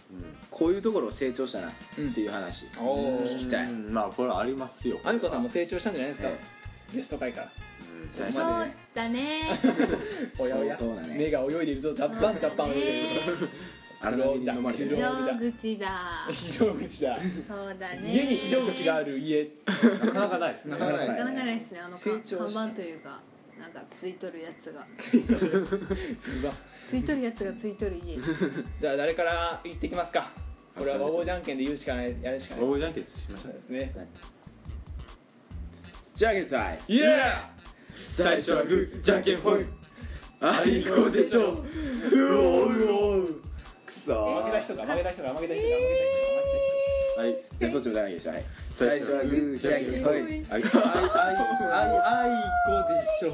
こういうところを成長したなっていう話
おー
聞きたい、
うんまあこれはありますよ
アミコさんも成長したんじゃないですか、
え
ゲスト会から
最
そ
初まで
う
ね
だ ね
おやおや、
相当だね
目が泳いでいるぞザッパンザッパン泳いでいるぞ
荒波に飲まれて
う
る
ん
上口だ
非常口だ
そうだね
家に非常口がある家
なかなかないですね
なかなか
なか
な
ないかないですねあのか
成長した
看板というかなんかついとるやつが
うわ
ついとるやつがついとる家
じゃあ誰から行ってきますかこれは和王じゃんけんで言うしかないやるしかない
大じゃんけんしまし
そうですね
じゃあゲットアイ
イエ
最初はグーじゃんけんぽいあ
い
いこうでしょ
うおうおう
くそ
負けた人が負けた人が負けた人が負けた人が負
はい
じゃあそっちも誰がいいでしょはい最初はグーじゃんけんぽい
あいあいあいあいこでしょ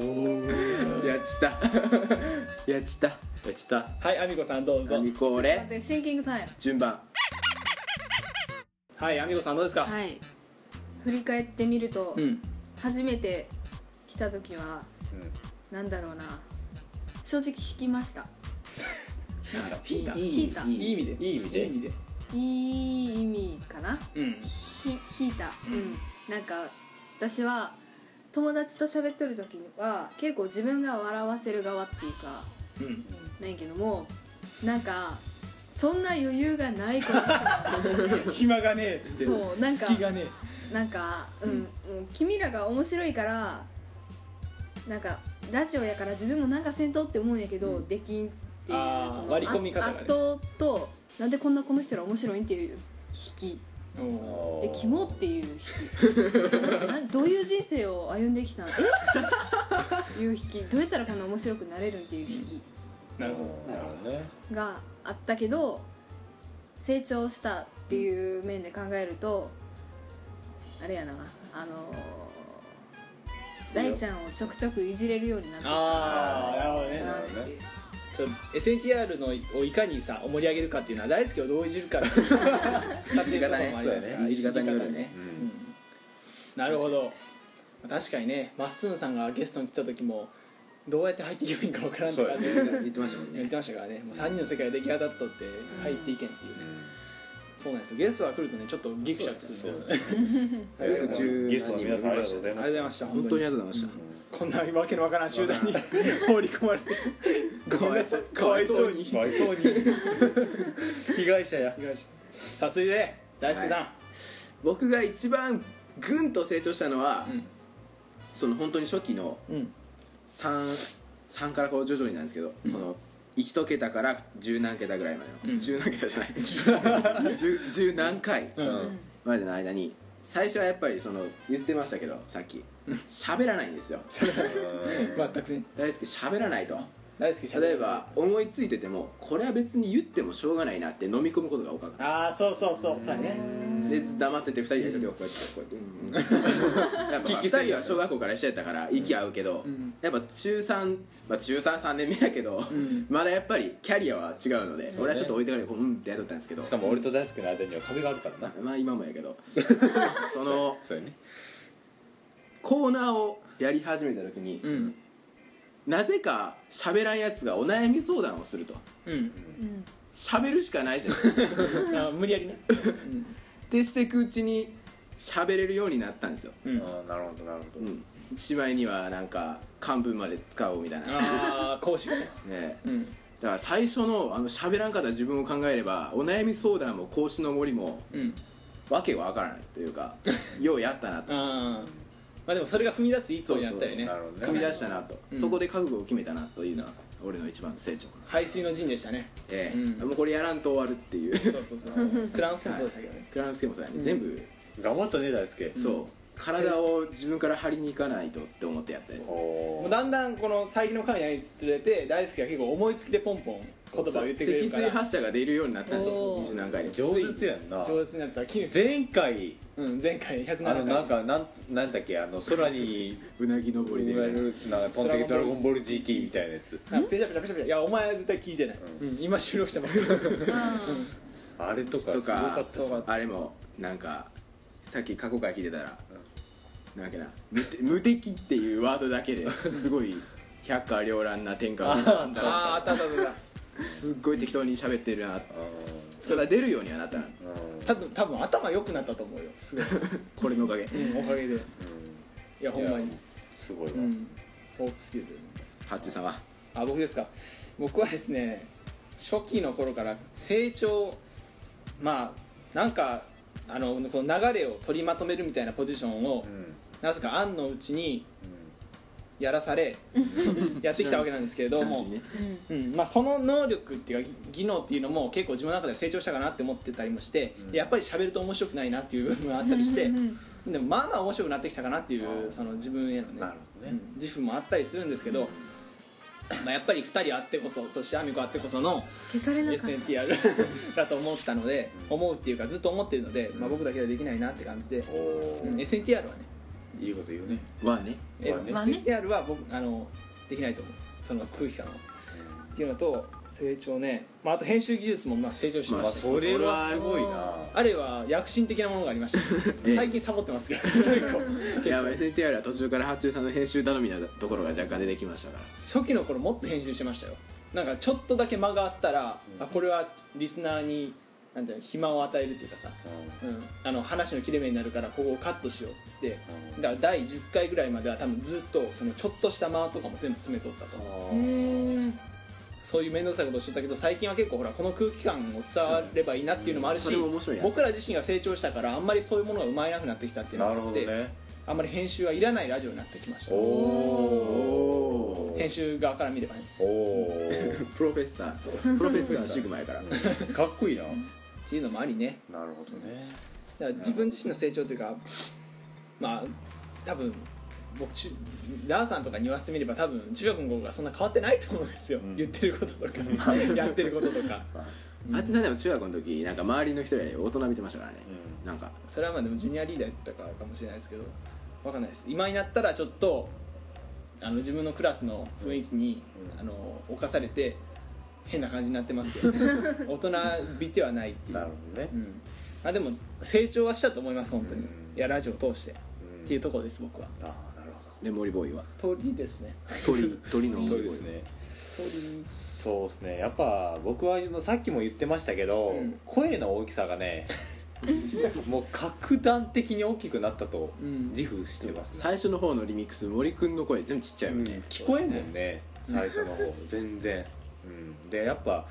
おう
やっちった やっちった
け
やちた
た人がはいアミコさんどうぞ
何こ
待っ
れ
てシンキングタイム
順番
はいアミコさんどうですか、
はい振り返ってみると、
うん
初めて来た時は、なんだろうな正直引きました
引いた
い
い
い
引いた
い
い意味でいい意味でいい意味で
いい意味かな
うん
ひ引いたうんなんか私は友達と喋ってる時には結構自分が笑わせる側っていうか
うん
なんやけどもなんかそんな余裕がな い子だった
暇がねえっつって
そうなんか
隙がね
なんか、うんうん君らが面白いからなんかラジオやから自分もなんかせんとって思うんやけど、できんっていう
あー
その
割り込み方がね
あ圧倒となんでこんなこの人ら面白いんっていう引き
えお
えキモっていう引き ななどういう人生を歩んできたんえいう引きどうやったらこんな面白くなれるんっていう引き
ーなるほど
なるほどね
があったけど成長したっていう面で考えるとあれやなあのー大ちゃんをちょくちょくいじれるようになってきた
ああなるほどね
なっていう
ちょ SNTR のをいかにさ盛り上げるかっていうのは大輔をどういじるか っていうい
じり方ね
ね
いじり方によるよね
うんなるほど確かにねまっすんさんがゲストに来た時もどうやって入っていけばいいんかわからんとかって
言ってましたもん
言っ
ね
てましたからねもう3人の世界が出来上がっとって入っていけんっていう、そうなんですよゲストが来るとねちょっとギクシャクするんですよね
約10
ゲストの皆さんありがとうござい
ありがと
まし
うござい
た
ました
本
本
当
当
に
に
ありがとうございまし
こんなわけのわからん集団に放り込まれて
たかわいそうかわいそうに
かわいそうに
被害者や被害者さすいで大輔さん、
は僕が一番ぐんと成長したのは、
ん
その本当に初期の
うん
3三からこう徐々になんですけど、その1桁から十何桁ぐらいまでの、
うん
十何桁じゃない十十何回
ん
までの間に最初はやっぱりその言ってましたけどさっき喋らないんですよ
全くね
大輔喋らないと
大輔しゃべ
例え
る
ば思いついててもこれは別に言ってもしょうがないなって飲み込むことが多かった
ああそうそうそうそうやね
で黙ってて2人で両方こうやってこうやって、やっぱ2人は小学校から一緒やったから息合うけど、やっぱ中3、まあ、中33年目やけど、まだやっぱりキャリアは違うので、俺はちょっと置いてからこううんってやっとったんですけど
しかも俺と大輔の間には壁があるからな
まあ今もやけど その
そうやね
コーナーをやり始めた時に、
うん
なぜか喋らんやつがお悩み相談をすると
うん
喋るしかないじゃん
あ無理やりね
ってしていくうちに喋れるようになったんですよ、
うん
ああなるほどなるほど
うん、しまいにはなんか漢文まで使おうみたいな、ね
ああ講師がねうん
だから最初のあの喋らんかった自分を考えればお悩み相談も孔子の森も
うん
わけがわからないという かようやったなと
あーまあでもそれが踏み出す一歩になったよね
なるほどね
踏み出したなと、
うん
そこで覚悟を決めたなというのは俺の一番の成長かな
排水の陣でしたね
ええ
うん
もうこれやらんと終わるっていう
そうそうそうそうクランスもそうでしたけどね
倉之助もそうやね、全部
頑張ったね大輔
そう体を自分から張りに行かないとって思ってやったやつ
お
もう
ー
だんだんこの最近の回になりつれて大輔が結構思いつきでポンポン言葉を言ってくれ
脊
るか
髄
ら
発射が出るようになったんですよ
おー
二十何回で
上手やんな
上手になったき
前回
うん前回107回
あのなんかなんなんだっけあの空に
うなぎ登りでみたいな
なんか飛んでドラゴンボール GT みたいなやつ
あペチャペチャペチャペチャいやお前は絶対聞いてないうん今収録して ます
あ
あれとかすごかったし
あれもなんかさっき過去回聞いてたら、なんかな無敵無敵っていうワードだけですごい百花繚乱な天下をなんだ
あーあったあ
ろ
ったあったあっ
うすっごい適当に喋ってるな
うん
それが出るようにはなったな
うん
た多分多分頭良くなったと思うよすごい
これのおかげ
うんおかげでいやほんま
い
に
やすごいわ
うんフォークスキルで
ハッチさんは
あ僕ですか僕はですね初期の頃から成長まあなんかあのこの流れを取りまとめるみたいなポジションを
うん
なぜか案のうちにやらされやってきたわけなんですけれども
知らんしね
うんまあ、その能力っていうか技能っていうのも結構自分の中で成長したかなって思ってたりもして、やっぱり喋ると面白くないなっていう部分があったりしてでもまあまあ面白くなってきたかなっていうその自分へのね
なるほどね
うん自負もあったりするんですけど、まあ、やっぱり2人あってこそそしてアミコあってこその
消されなかった
SNTR だと思ったので思うっていうかずっと思ってるので、まあ、僕だけではできないなって感じで、
お
う
ー
ん、SNTR はね
いいこと言うね
はね
え
まあね
まあね
SNTR は僕あのできないと思うその空気感をっていうのと成長ね、まあ、あと編集技術もまあ成長しま
まあ
したし、
それはすごいな
あ、れは躍進的なものがありました
ええ
最近サボってますけど結構
いや SNTR は途中からハッチさんの編集頼みなところが若干出てきましたから
初期の頃もっと編集してましたよなんかちょっとだけ間があったら、あこれはリスナーになんていうの暇を与えるっていうかさ、うん、あの話の切れ目になるからここをカットしようっつって
うん
だから第10回ぐらいまでは多分ずっとそのちょっとした間とかも全部詰めとったと思う
へえ
そういう面倒くさいことをしとったけど最近は結構ほらこの空気感を伝わればいいなっていうのもある
そ
し、
れも面白いな
僕ら自身が成長したからあんまりそういうものが生まれなくなってきたっていうの
な
が
る
あ
ほ
っ
ど
て、
ね
あんまり編集はいらないラジオになってきました
おお
編集側から見ればね
おおー
プロフェッサープロフェッサーシグマやから
かっこいいな
っていうのもありね
なるほどね
だから自分自身の成長というかまあ多分僕中ダーさんとかに言わせてみれば多分中学の頃がそんな変わってないと思うんですよ、言ってること とかやってることとか
ハッチさんでも中学の時なんか周りの人より大人見てましたからね、なんか
それはまあでもジュニアリーダーやったからかもしれないですけどわかんないです今になったらちょっとあの自分のクラスの雰囲気に、あの侵されて変な感じになってますけど大人びてはないっていう
なるほどね
うんまあ、でも成長はしたと思います本当に、
うん
いやラジオ通して、
うん
っていうところです僕は
ああなるほど
メモリボーイは
鳥ですね
鳥鳥の
そうですねそうですねやっぱ僕はもうさっきも言ってましたけど、
うん
声の大きさが ねもう格段的に大きくなったと
うん
自負してますね、
最初の方のリミックス森くんの声全部ちっちゃいよね、
聞こえんもんね最初の方全然、うん、でやっぱ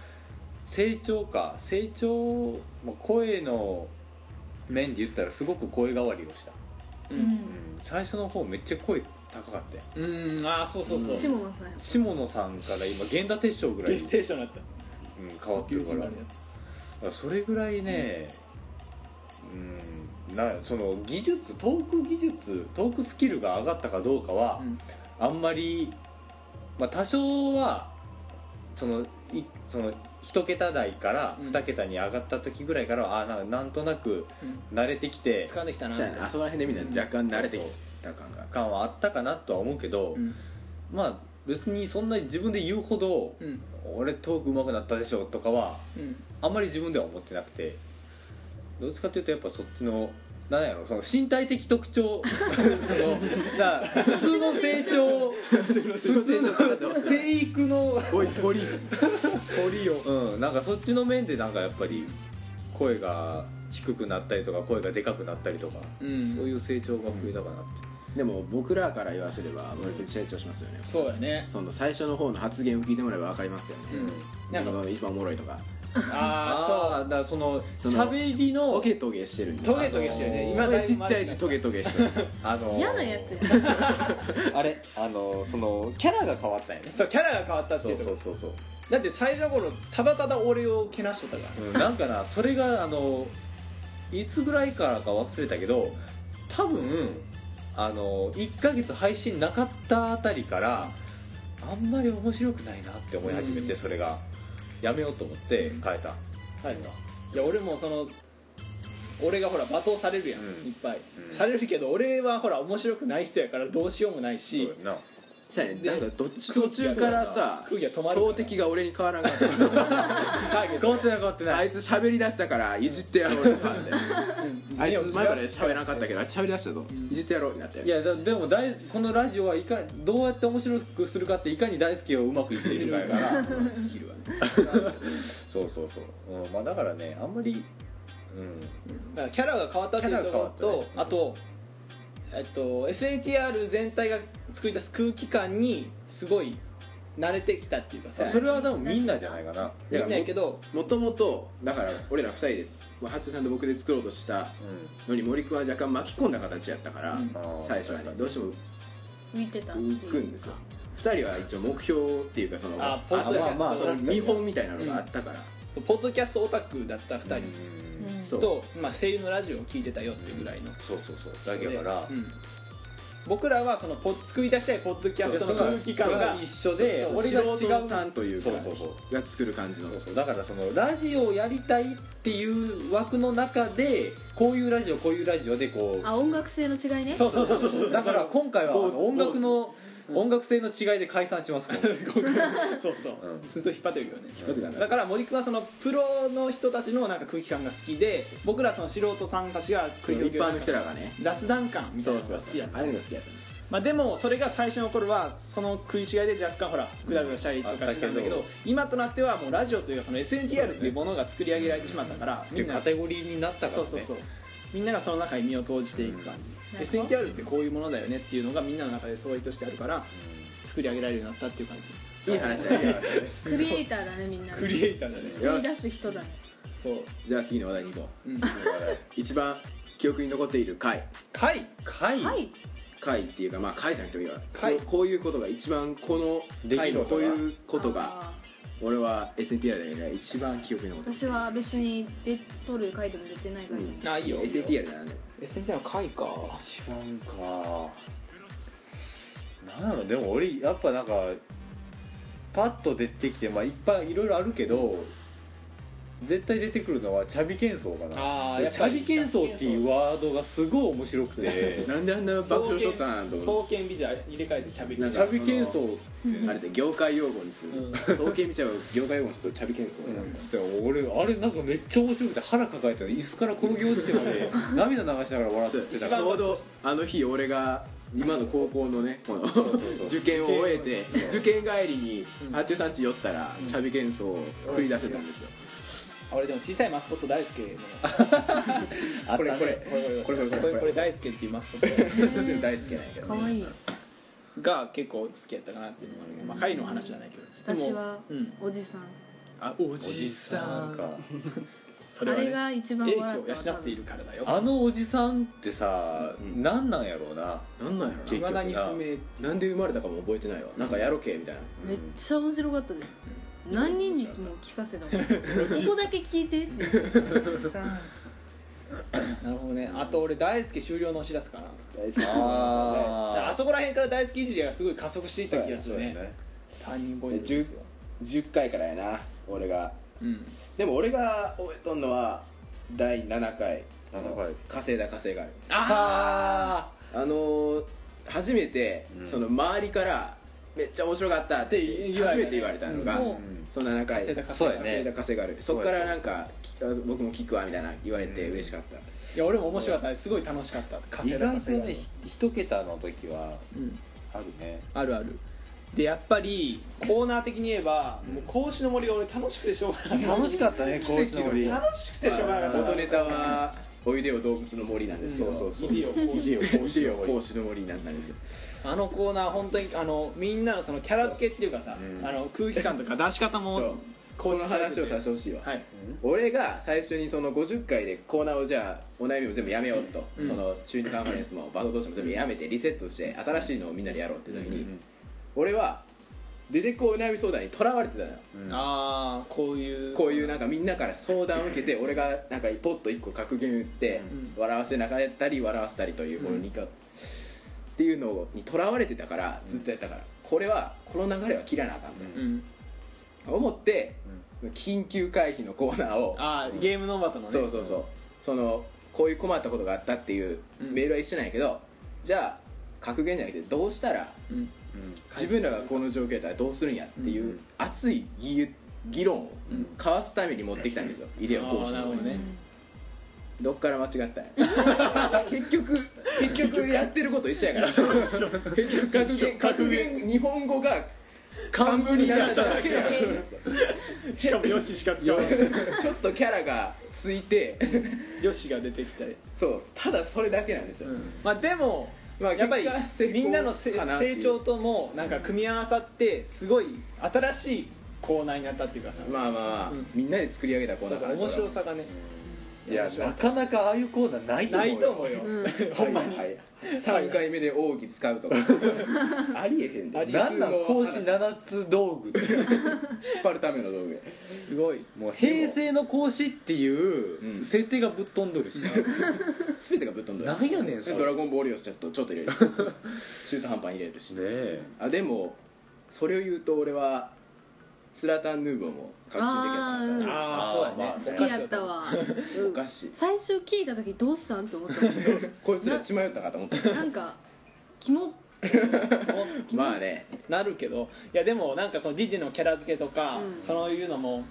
成長か成長、まあ、声の面で言ったらすごく声変わりをした、
う、
うんん
うん最初の方めっちゃ声高かったよ
うん、ああそうそうそう
下野さんや
下野さんから今源田鉄章ぐらい、
ゲ
う
ス
ん、
テーションだった
変わってるからだからそれぐらいね、うん、なその技術トーク技術トークスキルが上がったかどうかは、
うん
あんまり、まあ、多少はそのいその1桁台から
うん
2桁に上がった時ぐらいからは、あななんとなく慣れてきて
掴んできたな
そうやなあそこら辺でみんな若干慣れてきた感が
感はあったかなとは思うけど、
うん
まあ別にそんな自分で言うほど、
うん
俺トーク上手くなったでしょとかは
うん
あんまり自分では思ってなくてどっちかっていうとやっぱそっちのなんやろその身体的特 徴そのな普通の成 長普通の生育の、
おい鳥
うん、なんかそっちの面でなんかやっぱり声が低くなったりとか声がでかくなったりとか、
うん
そういう成長が増えたかなって、
でも僕らから言わせれば森くん成長しますよね
そうやね
その最初の方の発言を聞いてもらえば分かりますよね、
な
なんん
か
か一番おもろいとか
ああ
あーだからその
その
喋り
ト
の
ゲトゲしてるん
そうトゲトゲしてるね
あ
今だ
のー
声
ぶ
ちっちゃいしトゲトゲしてる
あのー
嫌なやつや
あれあのーそのキャラが変わったよね
そうキャラが変わったって
そ
いううとこ
そうそうそう
だって最初の頃ただただ俺をけなしとったから
うんなんかなそれがあのいつぐらいからか忘れたけど多分あの1ヶ月配信なかったあたりからあんまり面白くないなって思い始めて、
うん
それがやめようと思って変えた、
はい、いや俺もその俺がほら罵倒されるやん、
うん
いっぱい、
うん
されるけど俺はほら面白くない人やからどうしようもないし
そうやな
そうやね
で
なんかどっち途中からさ
空気が止まるから
投敵が俺に変わらんかった
ターゲット
変わってない変わって
あ
ない
いつ喋り出したからいじってやろうってなってあいつ前まで喋らなかったけどあいつ喋り出したぞいじってやろうってなって
いやだでもだいこのラジオはいかどうやって面白くするかっていかに大輔をうまくいじれるかやから
スキルはね
そうそうそう、うんまあ、だからねあんまり、うん、
だからキャラが変わったっていうところ
キャラが変
と、
わったね
あと、えっと、SNTR 全体が作り出す空気感にすごい慣れてきたっていうかさ
それはでもみんなじゃないかな
みんなやけど
もともとだから俺ら二人でまあハッチさんと僕で作ろうとしたのに森君は若干巻き込んだ形やったから、
うん
最初はねどうしても
浮いてたっていう
浮くんですよ二人は一応目標っていうかその
あポッドキャスト
まあまあ
その見本みたいなのがあったから、
そうポッドキャストオタクだった2人
うん
うん
そう
と、まあ、声優のラジオを聞いてたよっていうぐらいの、
そうそうそうだけだから
うん僕らはそのポ作り出したいポッドキャストの空気感が
一緒で
そう
俺が違う
素人さんというか
そうそうそう
が作る感じの
そうそうだからそのラジオをやりたいっていう枠の中でこういうラジオこういうラジオでこ
あ音楽性の違いね
そうそうそうそうそう
うだから今回はあの
坊主
音楽の音楽性の違いで解散しますもん
そうそう、
うん
ずっと引っ張ってるよね
だってだから
だから森君はそのプロの人たちのなんか空気感が好きで僕らその素人さんたちが
一
繰り広げる
般の人らがね
雑談感みたい
そ
な
う
の
そ
が
う
好
そ
きや
う
っ
あ
た
あいうのが好きやったんです
まあ、でもそれが最初の頃はその食い違いで若干ほらグダグダしたりとかしてたんだけど
あった
今となってはもうラジオというかその SNTR っていうものが作り上げられてしまったから
ってい
み
うん
な
カテゴリーになったから
そう
ね
そうそうみんながその中に身を投じていく感じ、SNTR ってこういうものだよねっていうのがみんなの中で相違としてあるから作り上げられるようになったっていう感じ
いい話だね
クリエイターだねみんな
クリエイターだね
作り出す人だね
そう
じゃあ次の話題に行こう、
うん
一番記憶に残っている回
回
回
はい
回っていうかまあ回じゃなくてもいいわ
回
こうこういうことが一番この
出来
回
事
の
が
こういうことが
あ
俺は SNTR で、ね、一番記憶に残っ
ー
てる
私は別に出とる回でも出てない回でも
あいいよ
SNTR だね
SNTR の回か
一番かなんやろでも俺やっぱなんかパッと出てきてまあいっぱいいろいろあるけど
絶対出てくるのはチャビケンソウか
あーや
な
っ
チ
ぱ
ャ
り
ビケンソウっていうワードがすごい面白く て
なんであんな爆笑しとったんやろうと思っ
双剣ビジュア入れ替えてチャビケン
なん
チ
か
ャビケンソウって
てあれで業界用語にする
うん
総計見ちゃう業界用語の人チャビケンソ
なんつって俺あれなんかめっちゃ面白くて腹抱えて椅子から転げ落ちてまで涙流しながら笑ってた
ちょうどあの日俺が今の高校のねこの受験を終えて受験帰りに八中さん家寄ったらチャビケンソウを繰り出せたんですよ
俺でも小さいマスコット大好きなの
あった
これこれ
ね
これこれこれこれこれ大好きっていうマスコッ
うん
大好きなんやけど
かわいい
トが結構好きやったかなっていうのもあるけど、まあ、狩りの話じゃないけどでも
私は
うん
おじさん
あお
お
じ
じ
さ
さ
ん
んか
そ
あ
はね
れが一番
英気
笑
を
ったわ
養
多
ってい
分
るからだよ
あのおじさんってさ、
うん
なんなんやろうな
なんなんやろ
いまだに不明っていう
ななんで生まれたかも覚えてないわなんかやろけみたいな
めっちゃ面白かったじゃん何人にも聞かせたもんここだけ聞いてって
なるほどねあと俺大好き終了のお知らせかな大好き
あー
あそこら辺から大好きいじりがすごい加速していった気がするね
そうやね
ターニングポイントですよ
10回からやな俺が
うん
でも俺が覚えとんのは第7回あ
7回
の稼いだ稼いがある
ああ
あのー初めてその周りからめっちゃ面白かったって
って言わ
初
れ
め
たね
て言われたのが
うん
その7回
稼いだ稼
そう
い
や
だ
稼い
ね
だ稼いがあるそっからなんかきあ僕も聞くわみたいな言われて嬉しかった
いや俺も面白かったすごい楽しかった
意
稼いだ
外と
稼いだ
ねひ一桁の時は
うん
あるね
あるあるでやっぱりコーナー的に言えばもう格子の森が俺楽しくてしょうがなかっ
楽しかったね
奇跡の
森
た楽しくてしょうがなかった
元ネタは「おいでよ動物の森」なんですけど
そうそうそう
ビデオ講師
「おいでよ講師の森」になったんですよ
あのコーナー本当にあのみんなのそのキャラ付けっていうかさ、
うん
あの空気感とか出し方
そう
も
この
構築されて
話
て
をさせてほしいわ
はい
俺が最初にその50回でコーナーをじゃあお悩みも全部やめようと、
うん
その中二カンファレンスもバトル同士も全部やめてリセットして新しいのをみんなでやろうって時に、俺はデデコお悩み相談にとらわれてたのよ、
ああこういう
こういうなんかみんなから相談を受けて俺がなんかポッと1個格言打って
う
笑わせなかったり笑わせたりというこの2回、っていうのにとらわれてたからずっとやったからこれはこの流れは切らなあかんと
うん
思って、緊急回避のコーナーを
ああゲームノーバトのね
そうそうそうそのこういう困ったことがあったっていうメールは一緒なんやけど、じゃあ格言じゃなくてどうしたら
うん
自分らがこの状況やったらどうするんやっていう熱い議議論を交わすために持ってきたんですよ、イデオ講師
あーなるほ
の方
ど
に
ね
どっから間違ったんや 結局結局やってること一緒やから結局格言格言日本語が漢文になっただけの話なんですよ
しかもヨッシーしか使わない
ちょっとキャラがついて
ヨッシーが出てきたり、
そうただそれだけなんですよ、
まあでも、
まあ
やっぱり
結果成功
みんなのせ
かなってい
成長
う
ともなんか組み合わさってすごい新しいコーナーになったっていうかさ、
まあまあまあ、
うん
みんなで作り上げたコー
そ
ナ
う
ー
そ
か
う
ら
面白さがね
いやなかなかああいうコーナーないと思
な
うよ
いと思うよ、
うん
ほんまに、
はい3回目で奥義使うとかありえへんで
ありえへ
なんなん講師7つ道具って
引っ張るための道具や
すごい
もう平成の講師って
う
いうん設定がぶっ飛んどるしな、
全てがぶっ飛ん だ
なんやねんそれ
ドラゴンボールよしちょっとちょっと入れる中途半端に入れるし、
ねえ
あでもそれを言うと俺はスラタンヌーボーも革新的やったな
ああそうやね、
まあ
好きやったわうん
おかしい
最初聞いた時どうしたんって思った
こいつら血迷ったかと思った
なんかキモ
まあね
なるけどいやでもなんかそのディディのキャラ付けとか、
うん
そういうのも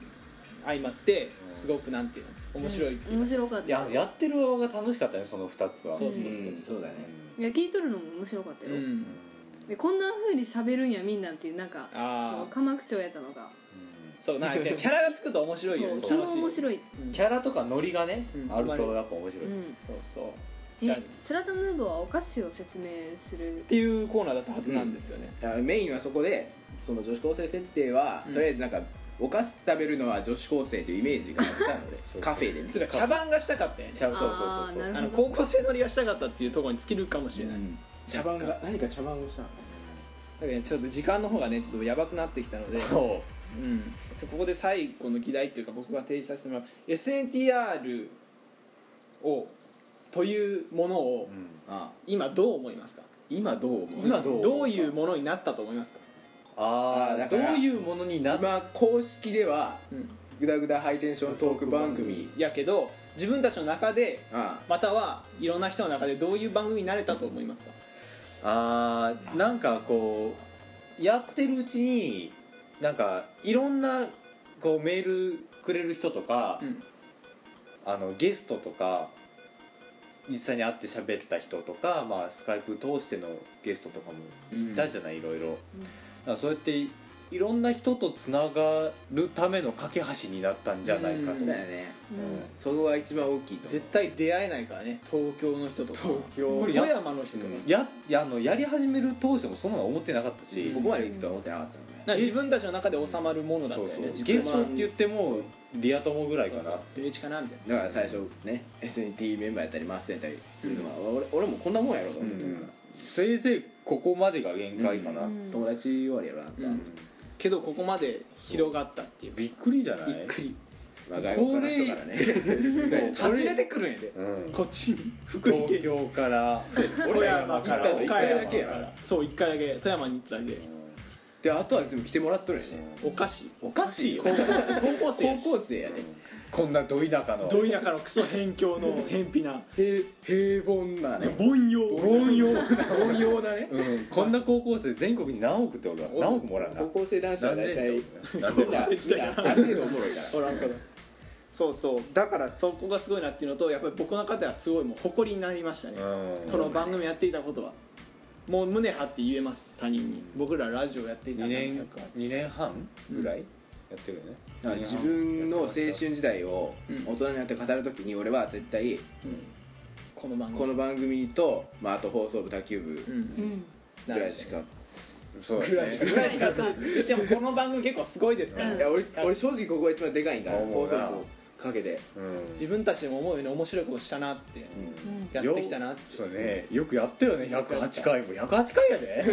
相まってすごくなんていうの面白いっていうか、
面白かった
いややってる側が楽しかったねその2つは
そう
う
そうそうん
そうだね
いや聞いとるのも面白かった
う
よ、
ん
でこんな風に喋るんやみんなんっていうなんかそ
あー
の鎌口調やったのが
そうなんかキャラがつくと面
そ
白
う
いよね
基本
楽しいし
面白い、
キャラとかノリがね、
うん
あるとやっぱ面白い、
うん、
そうそうじゃあっ
えスラタヌーボーはお菓子を説明する
ていうコーナーだったはずなんですよね、
あメインはそこでその女子高生設定は、とりあえずなんかお菓子食べるのは女子高生というイメージがあったのでカフェで
うつら茶番がしたかったよね
茶そうそう
あ
そう
ー
そう
あ
な
の
るほ
高校生乗りがしたかったっていうところに尽きるかもしれない、
茶番が何か茶番をしたの
だけどねちょっと時間の方がねちょっとやばくなってきたので、
そう
うん、そうここで最後の議題っていうか僕が提示させてもらう SNTR をというものを
ああ
今どう思いますか
今どう思う
今どう思う
どういうものになったと思いますか
あ
あー
あ
だ
ど
か
う
ら
いうものになっ
今公式では
うん
グダグダハイテンショントーク番組
やけど自分たちの中で
あ
またはいろんな人の中でどういう番組になれたと思いますか
あーなんかこうやってるうちになんかいろんなこうメールくれる人とか、
うん
あのゲストとか実際に会って喋った人とか、まあ、スカイプ通してのゲストとかもいたじゃない、いろいろ、だからそうやっていいろんな人とつながるための架け橋になったんじゃないか
うん
と
そうやね
うん
そこが一番大きいと思う
絶対出会えないからね東京の人とか
京
富山の人とか
うんややあのやり始める当初もそんなの思ってなかったし、
ここまで行くとは思ってなかったのね
なんか自分たちの中で収まるものだったよ
そうそう
ね
自己
ゲ
満
ストって言ってもリア友ぐらいかな
レイチかなみたい
だから最初ね SNT メンバーやったりマッスンやったりするのは、俺俺もこんなもんやろと思ってたから、
せいぜいここまでが限界かな、
友達終わりやろあんた、
な、うんけどここまで広がったっていうび
びっくりじゃない
っくり
若い女の人からねそうやね
外れてくるんやで
うん、
こっちに福井
東
県
京から
富山から
行ったの一回だけやな
岡山からそう一回だけ富山に行っただけ
であとはいつも来てもらっとるんやね
おかしい
おかしいよ
高校生高校生
高
やし
校生やね
こんなど田舎の
どいなからクソ辺境の偏僻な
へ平凡なね
凡庸
凡庸
凡庸なね
うん、こんな高校生全国に何億っておるわ何億もらうな
高校生男子は大体
何
み
年
んな
だ
みんなある程度おもろいか
おらんからそうそうだからそこがすごいなっていうのとやっぱり僕の中ではすごいもう誇りになりましたね、
うん
この番組やっていたことはもう胸張って言えます他人に僕らラジオやっていた
2
な
年
んか
二年半ぐらいやってるよね
らだから自分の青春時代を大人になって語るときに俺は絶対
この番組
この番組と、まあ、あと放送部卓球部
うん
ぐらいしか
そうですね
ぐらいしか
でもこの番組結構すごいですから、
いや俺俺正直ここが一番でかいんだ
思うな
放送部かけて
うん
自分たちでも思うように面白いことしたなって、やってきたなって
そうねよくやったよね108回も108 回やで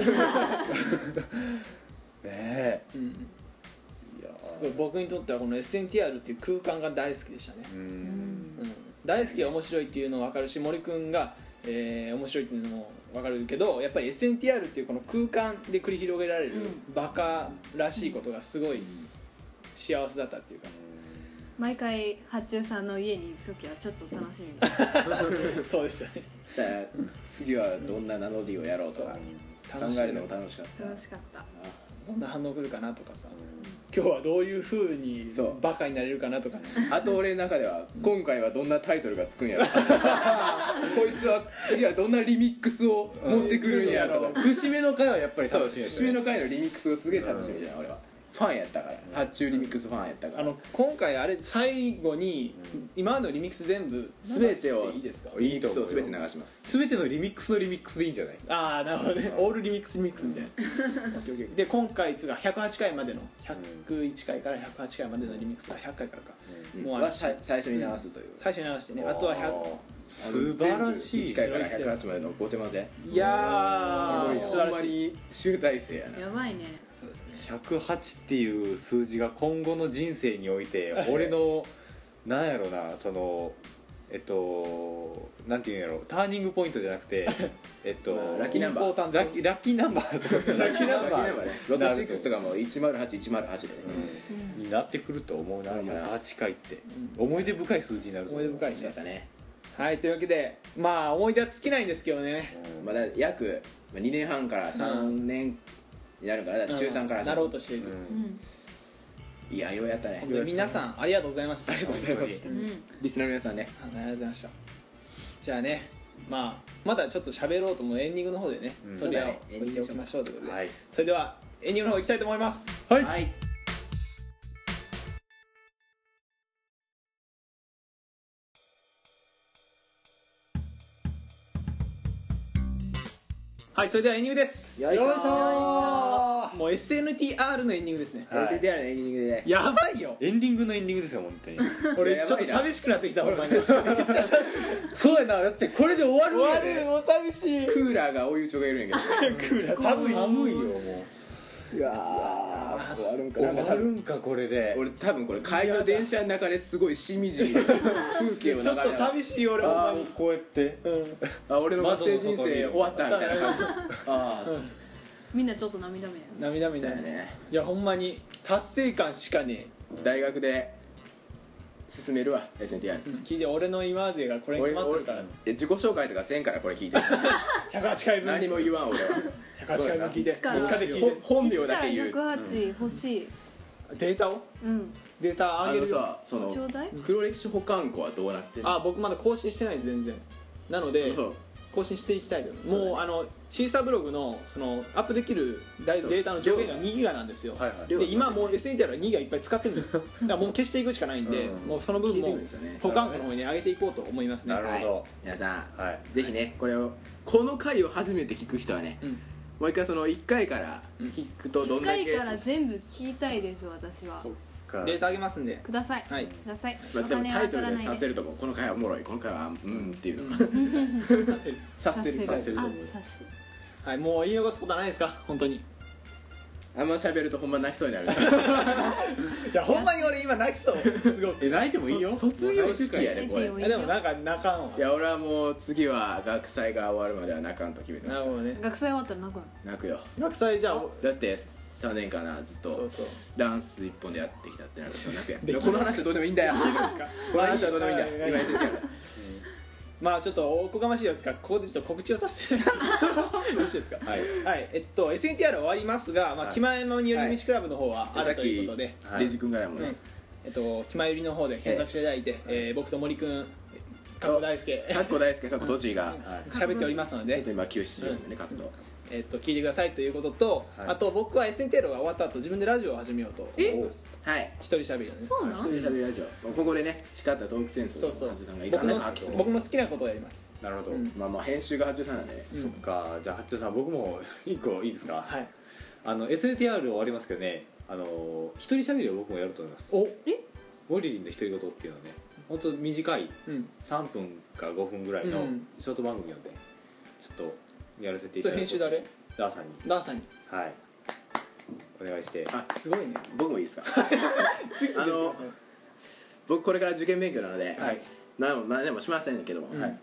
ねえ
うん
いやー
すごい僕にとってはこの SNTR っていう空間が大好きでしたね、
うん
うん大好きは面白いっていうのも分かるし森君が、えー面白いっていうのも分かるけどやっぱり SNTR っていうこの空間で繰り広げられるバカらしいことがすごい幸せだったっていうか、
毎回八中さんの家に行く時はちょっと楽しみだ
そうですよね
だから次はどんな名乗りをやろうとか考えるのも楽しかっ
楽しかった
どんな反応来るかなとかさ今日はどういうふうに
そう
バカになれるかなとかね
たあと俺の中では今回はどんなタイトルがつくんやろこいつは次はどんなリミックスを持ってくるんやろ
節目の回はやっぱり
そう
楽しいです
節
ね
目の回のリミックスがすげえ楽しみじゃない俺はファンやったから発注リミックスファンやったか
あ
ら
の今回あれ最後に今までのリミックス全部
全て
流し
を
いいですか
リミックスを全て流します
全てのリミックスのリミックスでいいんじゃない
ああなるほどねオールリミックスリミックスみた いなで今回つうか108回までの101回から108回までのリミックスは100回からか、もうあの
はさい最初に流すという
最初に流してねあとは
素晴らしい
1回から108までのごちゃ混ぜ
100いやー素晴
すごいほん
ら
ま
しい
に集大成やな
やばいね
そうですね
108っていう数字が今後の人生にお いて俺のなんやろなそのえっとなんていうんやろターニングポイントじゃな くてえっと、
まあラッキーナンバー
インポタントラッキーラッキーナンバーそうそうラッキーナンバー
ロト6とかも108108でね
になってくると思うな
うん
8回って思い出深い数字になると
思
思う
い出深い
やっ
ね
たね
はいというわけでまあ思い出は尽きないんですけどね
まだ約2年半から3年になるからだから中3から
なろうとしている、
いやようやったね
本当に皆さんありがとうございましたありがとうございました
うん
リスナーの皆さんね
ありがとうございましたじゃあねまあまだちょっと喋ろうともエンディングの方でね、
うん
それを
そうだねエンディ
置
ン
い
グ
ておきましょうということで、
はい
それではエンディングの方行きたいと思います
はい
はいそれではエンディングです
よいしょー
もう SNTR のエンディングですね、
はい
LCDR のエンディングです
やばいよ
エンディングのエンディングですよ本 当に
俺
いや
ちょっと
やばいな
寂しくなってきた俺もね
そうやなだってこれで終わるんやで
もう寂しい
クーラーが追い打ちがいる んやけ
寒い
寒いよもう
どうわー終わるんか
終
なんか
わ
多
る
分
んかこれで
俺多分これ帰りの電車の中ですごいしみじみ風景を
ちょっと
眺めながら
寂しい俺もほんまに
こうやって
うん
あ俺の学生人生終わったみたいな感じああそ
みんなちょっと涙目や
涙目
う
だ
だ
よ
よ
ね
ね
いやほんまに達成感しかね
大学で進めるわ SNTR
聞いて俺の今までがこれに
俺
詰まってる
俺
から
え自己紹介とかせんからこれ聞いて
108回分
何も言わん俺は
108回分聞いて
から
どっかで聞い
ほ
て
本名だけ言
1
う
から108欲しい
データを
うん
データ
あ
上げ
の
るよ
さそ
ちょう
の
だい
黒歴史保管庫はどうなってんの
あ僕まだ更新してないです全然なので
そう
更新していきたいです
そうだ
もう
ね
あのシースターブログのそのアップできるダイ
そ
デ
う
ータの上限が2ギガなんですよ
はいはい
量
で
が
今もう SNTR は2ギガいっぱい使ってるんですよだからもう消していくしかないんで
うん
もうその分
消えてい
も
くんですよね
保管庫の方に上げていこうと思いますね
なるほど
はい皆さん
はい
ぜひねこれをこの回を初めて聞く人はね
うん
もう一回その1回から聞くとどんだけ
光から全部聞きたいです私は
そう
か
データ上げますんで
ください
はい
ください
まあ、
お
でも
金
タ
は
イト
取
ル
ら
で
ない
さ
で
せるとここの回はおもろいこの回はうんっていうの さ
さ
せ
せ
る
る
させる
あさす
はいもう言い残すことはないですか本当にい
あんま喋るとほんま泣きそうになる
やほんまに俺今泣きそうすごく
え泣いてもいいよ
卒業式やね
出
こ
て
れ
もいい
で
よ
もなんか泣かんわ
いや俺はもう次は学祭が終わるまでは泣かんと決めて
な
ま
る
す
ほどね
学祭終わったら泣くの
泣くよ
学祭じゃあ
だって3年間なずっ
そ
と
うそう
ダンス一本でやってきたってなると泣 くやん
できない
この話はどうでもいいんだ よこの話はどうでもいいんだよ
はい
今言ってたよ
まあちょっとおこがましいですがここでちょっと告知をさせて よろしいですか
はい
はいえっと SNTR は終わりますが、まあ、
はい
気前山により道クラブの方はあ
さ
る
っ
ということ
き
で、
はい
デジ君からも
う
ね
んえっと気前よりの方で検索していただいて、えー僕と森くん加藤大輔
かっこ大好きかっこ栃木が
喋っておりますの
ちょっ
で
と、今休止中なんでね活動
えっと、聞いてくださいということと、
はい
あと僕は SNTR が終わった後自分でラジオを始めようと
え
はい
一人喋りなんです
そうな
一人
ん
で喋るラジオここでね培ったトークセンス
そ
を
うそう
八十さんがいか
僕
な
の
く発揮する
僕の好きなことをやります
なるほど、
うん
まあまあ編集が八十さんなんでね
そっかじゃあ八丁さん僕も一個いいですか、
はい
あの SNTR 終わりますけどねあの一人喋りを僕もやると思います
お
モリリンの独り言っていうのはね本当短い
うん
3分か5分ぐらいの
うん
ショート番組なので、ちょっとやらせてい
そ
ただ
れ編集誰
ダーさんに
ダンさんに
はいお願いして
あ
すごいね
僕もいい ですかあの僕これから受験勉強なので
はい
何も何もしませんけども
はい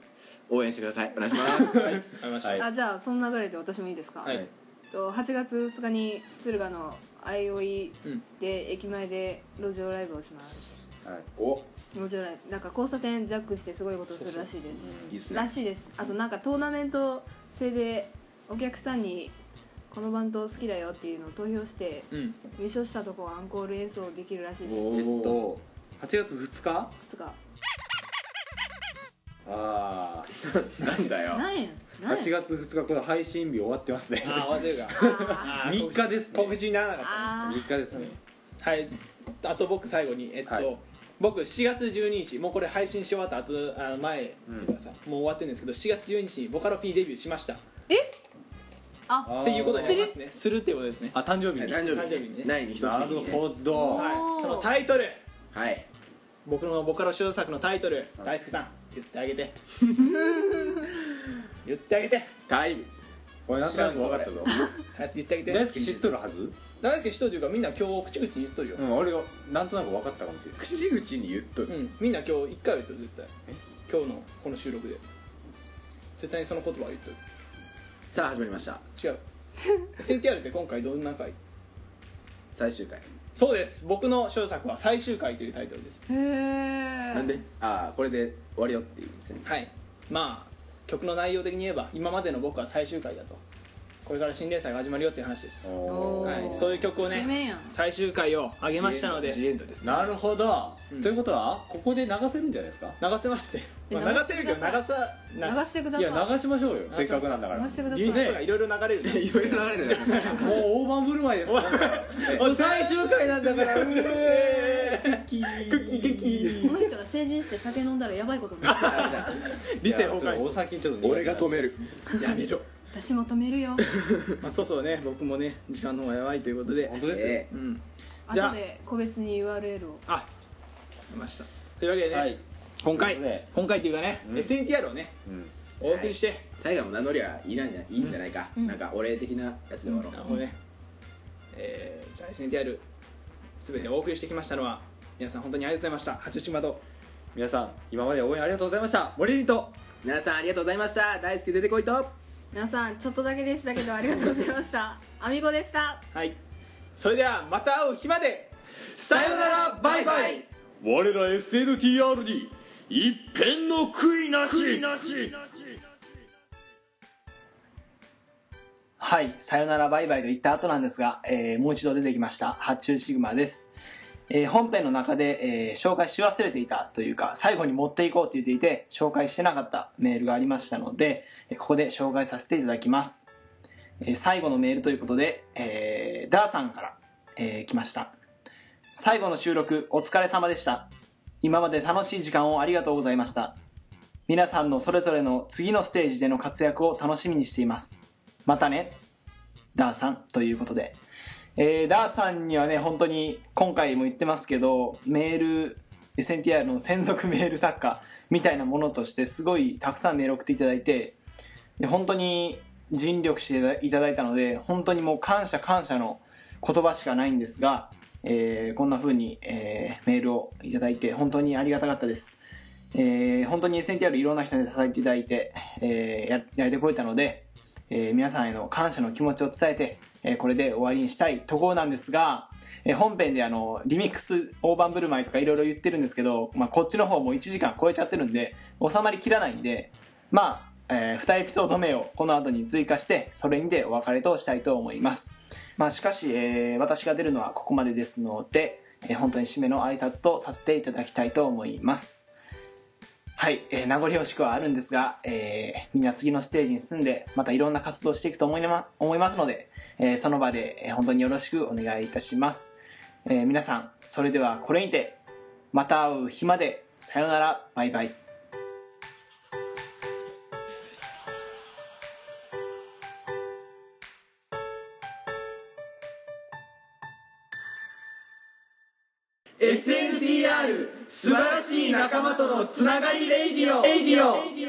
応援してくださいお願いします
ありました
は
あじゃあそんなぐらいで私もいいですか
はい
と8月2日に敦賀のあいおい
うん
で駅前で路上ライブをします
はい
お
路上ライブなんか交差点ジャックしてすごいことをするらしいです
いいっす
ら
ね
しいですあとなんかトーナメント制でお客さんにこのバンド好きだよっていうのを投票して
うん
優勝したとこはアンコール演奏できるらしいです
えっと8月2日
つか
ああ
なんだよ
何円何
8
円
月2日この配信日終わってますね
あー終わってるか
あ
あー
3日ですね
告知にならなかっ
あ
3日ですね
たねはいあと僕最後にえっと、
はい
僕7月12日もうこれ配信し終わった後あの前ってください、もう終わってるんですけど7月12日にボカロ P デビューしましたっ
あ
ていうことにな
す
り
る
ますねするっていうことですね
あ誕生日に
誕生
誕生日
日
にね
ねないに等し
な
い
る
日ね
ほど、
おー
はいそのタイトル
はい
僕のボカロ主要作のタイトル大輔さん言ってあげて言ってあげて
タイム
これなんとなく分かったぞ
はい言ってあげて
大好き知っとるはず
大輔知っとるというかみんな今日口々に言っとるよ、
うん俺がなんとなく分かったかもしれない
口々に言っと
う
る
ん、みんな今日一回は言っとる絶対今日のこの収録で絶対にその言葉は言っと
さあ始まりました
る違う SNTR って今回どんな回
最終回
そうです僕の小作は「最終回」というタイトルです
ーへえ
なんでああこれで終わりよっていうですね
はいまあ曲の内容的に言えば今までの僕は最終回だとこれから新連載が始まるよっていう話です、
お
は
ー
い、そういう曲を
イケメン
ね
やん
最終回を上げましたので
ジエンドジエンドですね
なるほど、
うん
ということはここで流せるんじゃないですか
流せますね、
え
まあ、流せるけど流
流してくだ
さ
流
な
してくだ
い
さい
や流しましょうよ
ましょ
せ
う
っかくなんだからも
流してください
リリースがいろいろ流れる ね
いろいろ流れるね
う大盤振る舞いですよ今 回
お
最終回なんだ からうえーキー
クッキークッキー
この人が成人して酒飲んだらやばいことになる
理性崩
いやちょっと
壊
お酒ちょっと苦手
俺が止める
やめろ、
私も止めるよ
まあ、そうそうね僕もね時間の方がやばいということで
本当ですよ、
え
うんじゃあ
後で個別に URL を
あ出ましたというわけでね、
はい
今回
ということで
今回というかね、
うん
SNTR をね
うん
お送りして、
最後も名乗りはいらんじゃいいんじゃないか、
うん
なんかお礼的なやつで終わろう、
なるほどね、えー、じゃあ SNTR すべてお送りしてきましたのは皆さん本当にありがとうございました八口窓
皆さん今まで応援ありがとうございました森凛と
皆さんありがとうございました大好き出てこいと
皆さんちょっとだけでしたけどありがとうございましたあみこでした
はいそれではまた会う日までさようならバイバイ
我ら SNTR に一片の悔いなし
はい、さよならバイバイと言った後なんですが、えーもう一度出てきました、発注シグマです。えー本編の中で、えー紹介し忘れていたというか、最後に持っていこうと言っていて、紹介してなかったメールがありましたので、えーここで紹介させていただきます。えー最後のメールということで、えーダーさんから、えー来ました。最後の収録、お疲れ様でした。今まで楽しい時間をありがとうございました。皆さんのそれぞれの次のステージでの活躍を楽しみにしています。またね。ダーさんということで、えーダーさんにはね本当に今回も言ってますけどメール SNTR の専属 メール作家みたいなものとしてすごいたくさんメール送っていただいてで本当に尽力していただいたので本当にもう感謝感謝の言葉しかないんですが、えーこんな風に、えーメールをいただいて本当にありがたかったです、えー本当に SNTR いろんな人に支えていただいて、えーややれてこれたのでえー皆さんへの感謝の気持ちを伝えて、えーこれで終わりにしたいところなんですが、えー本編であのリミックス大盤振る舞いとかいろいろ言ってるんですけど、まあ、こっちの方も1時間超えちゃってるんで収まりきらないんでまあ、え2エピソード目をこの後に追加してそれにてお別れとしたいと思います、まあ、しかし、えー私が出るのはここまでですので、えー本当に締めの挨拶とさせていただきたいと思いますはい、えー名残惜しくはあるんですが、えーみんな次のステージに進んで、またいろんな活動をしていくと思い,、ま、思いますので、えーその場で、えー本当によろしくお願いいたします。えー皆さん、それではこれにて、また会う日まで、さようなら、バイバイ。
SNTR 素晴らしい仲間とのつながりレイディオレイディオ